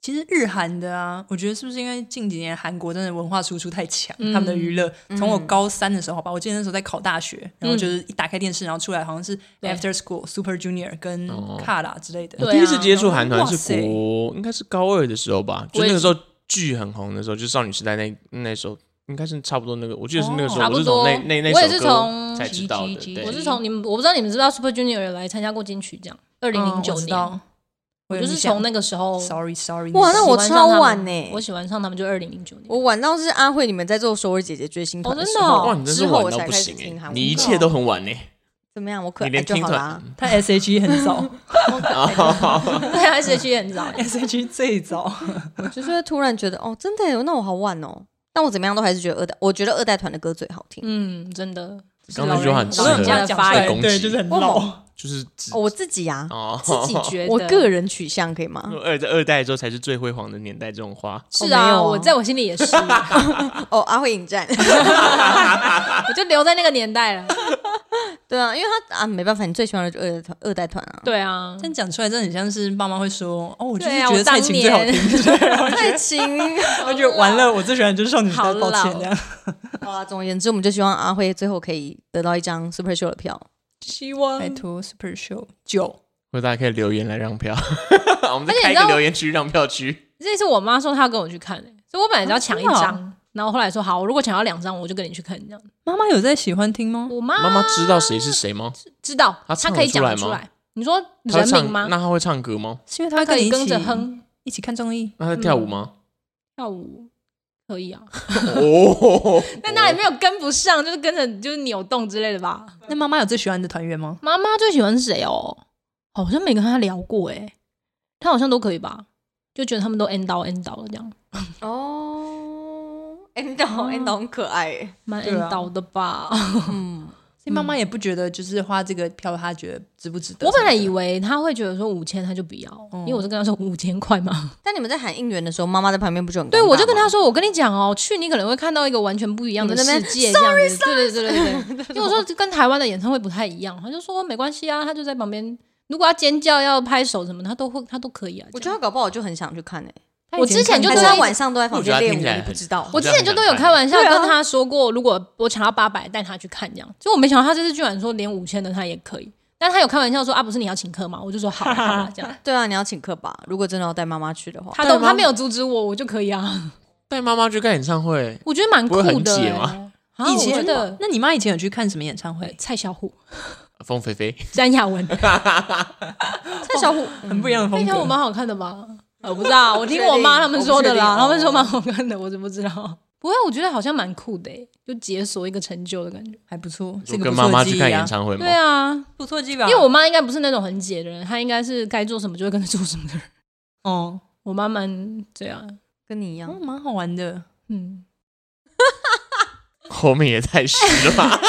D: 其实日韩的啊，我觉得是不是因为近几年韩国真的文化输出太强，
B: 嗯
D: 他们的娱乐，从我高三的时候吧，我记得那时候在考大学，然后就是一打开电视，然后出来好像是
B: 对
D: After School、Super Junior 跟
C: 哦
D: Kara 之类的，
B: 对
C: 我
B: 啊
C: 第一次接触韩团
D: 哇
C: 是
D: 塞
C: 国，应该是高二的时候吧，就
B: 我也
C: 那个时候剧很红的时候，就是少女时代那那时候，应该是差不多那个，我记得是那个时候，
B: 哦
C: 我是从
B: 差
C: 那
B: 不多
C: 那那
B: 我也是
C: 首歌
B: 从
C: 才知道的。
D: GGG
C: 对
B: 我是从你们，我不知道你们知不知道 Super Junior 来参加过金曲奖，啊二零零九
D: 嗯我知
B: 年，
D: 道
B: 我
D: 我有
B: 就是
D: 印象
B: 从那个时候
D: Sorry Sorry，
A: 哇那我
B: 喜欢上他
A: 超
B: 们
A: 晚欸
B: 我喜欢上他们就二零零九年。
A: 我晚到是阿慧你们在做首尔姐姐追星团
B: 哦真
A: 时
B: 的
A: 候
B: 哦
C: 哇，你真是
A: 之后
C: 晚
A: 我
C: 到
A: 才
C: 不
A: 开始
C: 行
A: 听
C: 哎
A: 韩，文
C: 你一切都很晚哎，
A: 怎么样？我可爱
C: 你
B: 哎
C: 连
A: 就
C: 听
A: 好啦
C: 团。
D: 他 S H E 很早
B: 对啊，S H E 很早欸，
D: ，S H E 最早，
A: 就是会突然觉得哦，真的耶，那我好晚哦。但我怎么样都还是觉得二代，我觉得二代团的歌最好听。
B: 嗯，真的。
C: 刚才就很
B: 老
C: 适
D: 我
B: 人
D: 很怕
B: 家
C: 合，
D: 讲
B: 发
D: 出来
B: 言
C: 攻击
D: 对，就是很
A: 为什
D: 老
A: 么。
C: 就是只
A: 哦，我自己呀、
C: 嗯哦，
B: 自己觉得，
A: 我个人取向可以吗？
C: 二在二代的时候才是最辉煌的年代，这种话
A: 哦
B: 是
A: 没有
B: 啊，
A: 啊
B: 我在我心里 也是，
C: 嗯
A: 哦，阿慧引战。
B: 我就留在那个年代了。
A: 对啊，因为他啊没办法，你最喜欢的就是二代团二代团啊，
B: 对啊，
D: 但讲出来真的很像是爸妈会说：“哦，我就是
B: 对啊
D: 觉得蔡琴最好听。
A: 太亲。
D: 他 觉得完了，我最喜欢的就是少女时代，
B: 好
D: 抱歉
B: 老
D: 这样。
A: 好啊，总而言之，我们就希望阿慧最后可以得到一张 Super Show 的票。
B: 希望
D: 拜托 Super Show 九，
C: 或者大家可以留言来让票， 我们再
B: 而且你
C: 开一
B: 知道
C: 个留言区让票区。
B: 这次我妈说她要跟我去看、欸，所以我本来只要抢一
D: 真的
A: 哦
B: 张，
D: 啊
B: 然后后来说好，我如果抢到两张，我就跟你去看这样。
D: 妈妈有在喜欢听吗？
B: 我妈
C: 妈妈知道谁是谁吗？
B: 知道，
C: 她
B: 她
C: 唱
B: 可以
C: 得出
B: 讲
C: 来
B: 得出
C: 吗
B: 来，你说
C: 他
B: 啊人
C: 唱
B: 名吗？
C: 那他会唱歌吗？
D: 是因为
B: 他
D: 他
B: 可
D: 跟你
B: 以
D: 一
B: 跟
D: 起
B: 着哼
D: 一起看综艺，
C: 那他在跳舞
B: 嗯
C: 吗？
B: 跳舞，可以 啊。
C: 哦，
B: 但那也没有跟不上，就是跟着就是扭动之类的吧。
D: 那妈妈有最喜欢的团员吗？
B: 妈妈最喜欢谁哦？好像没跟她聊过哎、她好像都可以吧，就觉得他们都 end 到 end 到了这样，
A: 哦，N 导 N 导很可爱耶，
B: 蛮
D: 对啊
B: end 到的吧。
A: 嗯，
D: 所以妈妈也不觉得就是花这个票，她觉得值不值得。
B: 我本来以为她会觉得说五千她就不要，
D: 嗯
B: 因为我是跟她说五千块嘛。
A: 但你们在喊应援的时候，妈妈在旁边不是很尴尬
B: 对，我就跟
A: 吗
B: 她说，我跟你讲哦，去你可能会看到一个完全不一样的
A: 你们那
B: 世
A: 边
B: 界，这样子。对对对 对对，因为我说跟台湾的演唱会不太一样，她就说没关系啊，她就在旁边。如果要尖叫、要拍手什么的，她都会，她都可以啊。
A: 我
B: 这
A: 觉
B: 样
A: 得搞不好我就很想去看诶、
B: 我之前就
A: 还
B: 是
A: 是
B: 在
A: 他晚上都在房间
C: 我觉得
A: 练
C: 听起来
A: 舞，你不
C: 很
A: 知道
B: 我之前就都有开玩笑
A: 对啊
B: 跟他说过，如果我抢到八百，带他去看这样。就我没想到他这次居然说连五千的他也可以，但他有开玩笑说啊，不是你要请客吗？我就说好啦好啦这 样。
A: 对啊，你要请客吧？如果真的要带妈妈去的话，
B: 他都他没有阻止我，我就可以啊。
C: 带妈妈去看演唱会，
B: 我觉得蛮酷
C: 不会很
B: 的、
C: 解
B: 欸。
C: 吗
B: 啊，我觉得
D: 那你妈以前有去看什么演唱会？
B: 蔡小虎、
C: 风飞飞，
B: 詹雅雯，
A: 蔡小虎
B: 哦
D: 很不一样的
B: 那
D: 风
B: 条我
D: 格。
B: 蛮好看的吧？呃我不知 道，我听我妈他们说的
D: 哦
B: 啦，他们说蛮好看的，我怎么知道？不会，我觉得好像蛮酷的、欸，就解锁一个成就的感觉。
D: 还不错，是
C: 就
D: 一个
C: 跟
D: 不
C: 妈
D: 错
C: 妈
D: 的
C: 去
D: 记忆
C: 看演
D: 啊，
C: 唱会吗
B: 对？啊，
D: 不错的记忆吧。
B: 因为我妈应该不是那种很解的人，她应该是该做什么就会跟着做什么的人。
D: 哦，
B: 我妈蛮这样，
A: 跟你一样
D: 哦，蛮好玩的。
B: 嗯，
C: 后面也太实了吧？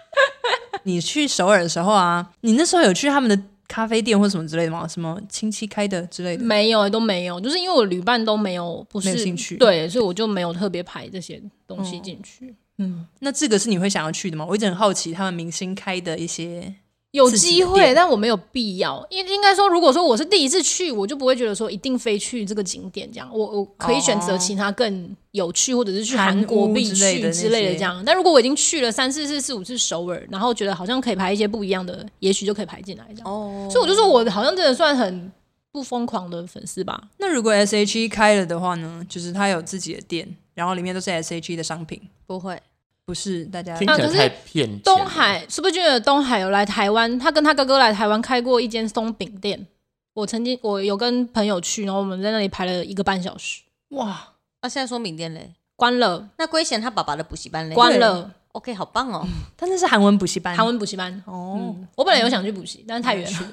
D: 你去首尔的时候啊，你那时候有去他们的咖啡店或什么之类的吗？什么亲戚开的之类的？
B: 没有、都没有，就是因为我旅伴都没有，不是
D: 没有兴趣
B: 对，所以我就没有特别排这些东西进去。嗯，
D: 那这个是你会想要去的吗？我一直很好奇他们明星开的一些，
B: 有
D: 自己的
B: 机会，
D: 店
B: 但我没有必要。应应该说，如果说我是第一次去，我就不会觉得说一定非去这个景点这样。我我可以选择其他更有趣，或者是去
D: 哦韩
B: 韩国
D: 屋
B: 必
D: 之类的
B: 去
D: 那
B: 之类的
D: 些
B: 这样。但如果我已经去了三四次、四五次首尔，然后觉得好像可以排一些不一样的，也许就可以排进来这样。
A: 哦
B: 所以我就说我好像真的算很不疯狂的粉丝吧。
D: 那如果 S H E 开了的话呢？就是他有自己的店，然后里面都是 S H E 的商品，
A: 不会，
D: 不是大家
C: 听起
B: 啊
C: 来
B: 可是
C: 太骗钱了。
B: 东海是不是觉得东海有来台湾？他跟他哥哥来台湾开过一间松饼店。我曾经我有跟朋友去，然后我们在那里排了一个半小时，
D: 哇，
B: 啊
A: 那、现在说明天嘞？
B: 关了
A: 那圭贤他爸爸的补习班嘞？
B: 关了
A: OK，好棒哦！
D: 但那是韩文补习班，
B: 韩文补习班。
D: 哦，
B: 嗯，我本来有想去补习，但是太远
D: 嗯
B: 了。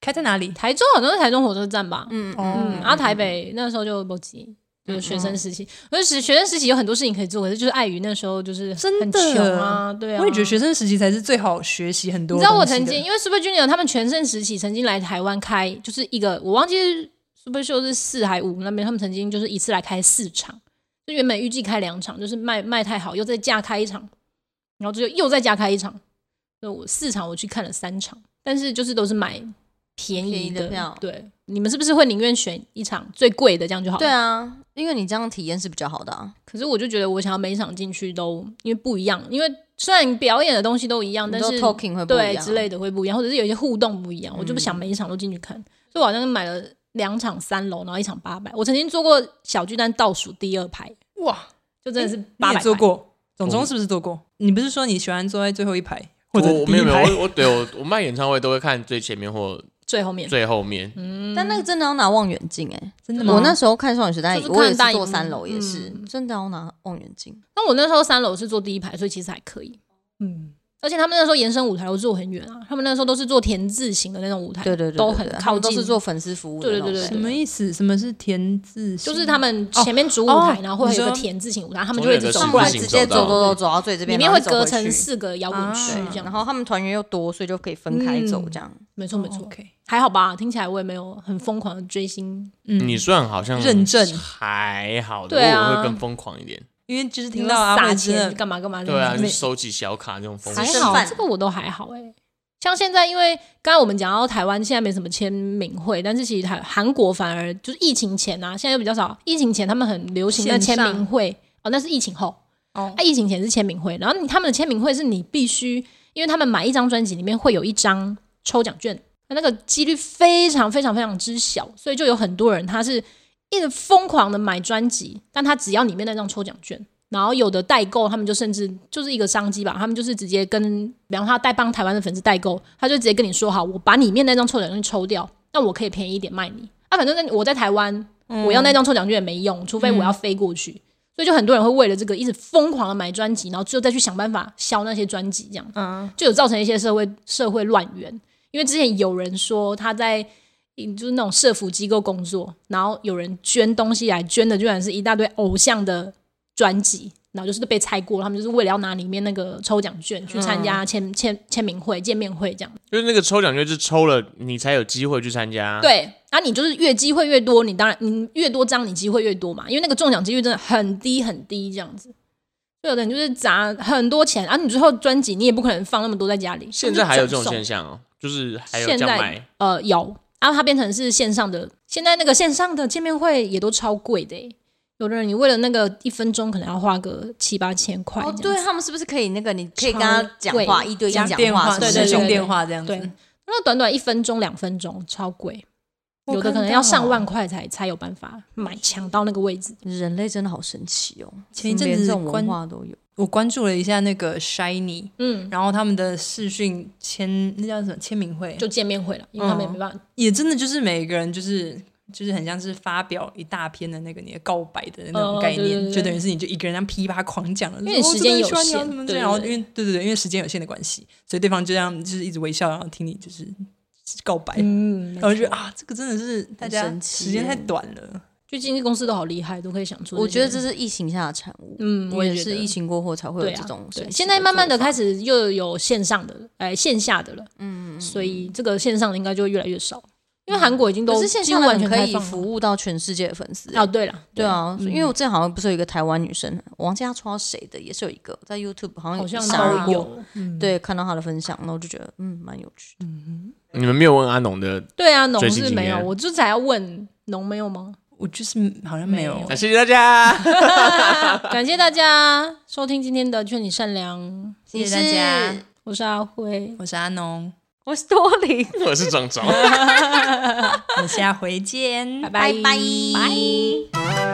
D: 开在哪里？
B: 台中好像是台中火车站吧？
A: 嗯
B: 嗯，然
D: 哦
B: 后台北那时候就不急。
D: 嗯
B: 就是学生时期，可是学生时期有很多事情可以做，可是就是碍于那时候就是
D: 真
B: 很
D: 的
B: 穷啊，对啊。
D: 我也觉得学生时期才是最好学习很多。
B: 你知道我曾经，因为 Super Junior 他们全盛时期曾经来台湾开，就是一个我忘记是 Super Show 是四还五那边，他们曾经就是一次来开四场，就原本预计开两场，就是卖卖太好，又再加开一场，然后就又再加开一场，就我四场我去看了三场，但是就是都是买便
A: 便宜
B: 宜
A: 的票
B: 对，你们是不是会宁愿选一场最贵的这样就好了？
A: 对啊，因为你这样体验是比较好的啊。
B: 可是我就觉得我想要每一场进去都因为不一样，因为虽然表演的东西都一样，
A: 你
B: 嗯但
A: 说
B: 是
A: talking 会不一
B: 对
A: 样啊嗯
B: 之类的会不一样，或者是有一些互动不一样，我就不想每一场都进去看，所以我好像买了两场三楼，然后一场八百。我曾经坐过小巨蛋倒数第二排，
D: 哇，
B: 就真的是
D: 你
B: 八
D: 也
B: 百
D: 做过，总
C: 我
D: 中是不是做过？你不是说你喜欢坐在最后一排
C: 我
D: 或者
C: 我
D: 第
C: 没
D: 一
C: 有没
D: 排？
C: 有我我对我我卖演唱会都会看最前面或
B: 最后面，
C: 最后面，
B: 嗯
A: 但那个真的要拿望远镜哎、
D: 真的吗？
A: 我那时候看少女时代，
B: 就是看
A: 我也是
B: 大荧
A: 坐
B: 幕
A: 三楼，也是、
B: 嗯
A: 真的要拿望远镜。
B: 但我那时候三楼是坐第一排，所以其实还可以，嗯。而且他们那时候延伸舞台都坐很远啊，他们那时候都是坐田字形的那种舞台，
A: 对对对
B: 都很
A: 他
B: 靠
A: 们
B: 近，
A: 都是做粉丝服务的那种。
B: 对对对
D: 什么意思？什么是田字哦形？
B: 就是他们前面主舞台，
D: 哦
B: 然后会有一
D: 你
B: 个
D: 说
B: 田字形舞台，他们
C: 中
B: 就会一
C: 间有
B: 直
C: 个
A: 他们
B: 走
C: 十字
B: 过
A: 会
B: 来，
C: 形
A: 直接
C: 走道
A: 走走走走到最这
B: 里
A: 边，
B: 面
A: 然后
B: 会
A: 再走
B: 隔
A: 回
B: 成
A: 去
B: 四个摇滚区
D: 啊
B: 这
A: 然
B: 样。
A: 后他们团员又多，所以就可以分开走
B: 嗯
A: 这样。
B: 没错没
A: 哦
B: 错，
D: OK，
B: 还好吧，听起来我也没有很疯狂的追星。
D: 嗯，
C: 你算好像
D: 认证
C: 还好的，
B: 对啊
C: 我会更疯狂一点。
D: 因为就是听到阿
B: 撒
D: 慧真
B: 钱
D: 的
B: 干嘛干嘛的，
C: 对啊，就
B: 没
C: 收集小卡这种疯
B: 还
C: 狂。
A: 吃
B: 好，
A: 饭
B: 这个我都还好哎、像现在，因为刚才我们讲到台湾现在没什么签名会，但是其实台韩国反而就是疫情前啊，现在又比较少。疫情前他们很流行在签
D: 线上
B: 名会哦，那是疫情后。
D: 哦
B: 啊，疫情前是签名会，然后你他们的签名会是你必须，因为他们买一张专辑里面会有一张抽奖券，那那个几率非常非常非常之小，所以就有很多人他是一直疯狂的买专辑，但他只要里面那张抽奖券，然后有的代购，他们就甚至就是一个商机吧，他们就是直接跟，比方说他代帮台湾的粉丝代购，他就直接跟你说好，我把里面那张抽奖券抽掉，那我可以便宜一点卖你。啊，反正那我在台湾，我要那张抽奖券也没用，除非我要飞过去。所以就很多人会为了这个一直疯狂的买专辑，然后最后再去想办法销那些专辑，这样子，就有造成一些社会社会乱源。因为之前有人说他在嗯就是那种社服机构工作，然后有人捐东西来，捐的居然是一大堆偶像的专辑，然后就是被拆过，他们就是为了要拿里面那个抽奖券去参
C: 嗯
B: 加签、签签名会、见面会这样。
C: 就是那个抽奖券是抽了你才有机会去参加，，
B: 对，啊，你就是越机会越多，你当然你越多张，你机会越多嘛，因为那个中奖几率真的很低很低这样子。所以有的人就是砸很多钱，啊，你最后专辑你也不可能放那么多在家里。
C: 现在还有这种
B: 他们就整送
C: 现象哦，就是还有这
B: 现
C: 样
B: 在
C: 买，
B: 呃有，然后它变成是线上的，现在那个线上的见面会也都超贵的欸，有的人你为了那个一分钟可能要花个七八千块这
A: 哦
B: 样，子，
A: 对他们是不是可以那个？你可以跟
B: 超
A: 他讲
B: 贵
A: 话，一对一
D: 加
A: 讲
D: 电
A: 话
D: 话，
A: 是不
B: 对
A: 是，
B: 对
D: 师
B: 对
D: 兄
B: 对
D: 电话这样
B: 对
D: 子，
B: 那短短一分钟两分钟超贵，
D: 我
B: 有的
D: 看
B: 可能要
D: 到
B: 上
A: 哦
B: 万块才才有办法买抢到那个位置。
A: 人类真的好神奇哦，
D: 前一
A: 怎么连
D: 阵子
A: 这种文
D: 关
A: 化都有。
D: 我关注了一下那个 Shiny，
B: 嗯，
D: 然后他们的视讯签那叫什么签名会，
B: 就见面会了，因为他
A: 嗯
B: 们也没办法。
D: 也真的就是每个人就是就是很像是发表一大篇的那个你的告白的那
B: 哦
D: 种概念，
B: 对对对
D: 就等于是你就一个人这样噼啪狂讲了，
B: 因为你
D: 说哦
B: 时间
D: 这个人
B: 有
D: 喜欢你啊
B: 限
D: 什么之
B: 对对
D: 类然后因
B: 对
D: 为对对对，因为时间有限的关系，所以对方就这样就是一直微笑，然后听你就是告白，
B: 嗯，
D: 然后就觉得啊，这个真的是大家
A: 神奇
D: 时间
A: 耶
D: 太短了，
B: 就经纪公司都好厉害，都可以想出。
A: 我觉得这，是疫情下的产物，
B: 嗯，我
A: 也
B: 觉
A: 是
B: 得
A: 疫情过后才会有
B: 对
A: 这
B: 啊
A: 种神奇
B: 对，
A: 做法。
B: 现在慢慢的开始又有线上的，哎，线下的了，
A: 嗯，嗯，
B: 所以这个线上的应该就会越来越少，因为韩国已经都
A: 可是线
B: 几
A: 上的
B: 乎啊完
A: 很
B: 全
A: 可
B: 开
A: 以
B: 放了
A: 服务到全世界的粉丝。
B: 哦，对了，
A: 对，啊，
B: 嗯
A: 因为我之前好像不是有一个台湾女生，我忘记她戳到谁的，也是有一个在 YouTube 好像
B: 好
A: 有
B: 像
A: 上映
B: 都有，
A: 对，看到她的分享，然后我就觉得嗯，蛮有趣的。
C: 你们没有问阿农的，
B: 对啊，农
C: 最新
B: 是
C: 经
B: 没有，
C: 验
B: 我就才要问农没有吗？
D: 我就是好像没有
B: 没有
C: 啊谢谢大家。
B: 感谢大家收听今天的《劝你善良》，
D: 谢谢大家
A: 你是，
B: 我是阿辉，
D: 我是阿农，
A: 我是多林，
C: 我是长长。
D: 我们下回见，
B: 拜
A: 拜
B: 拜
A: 拜。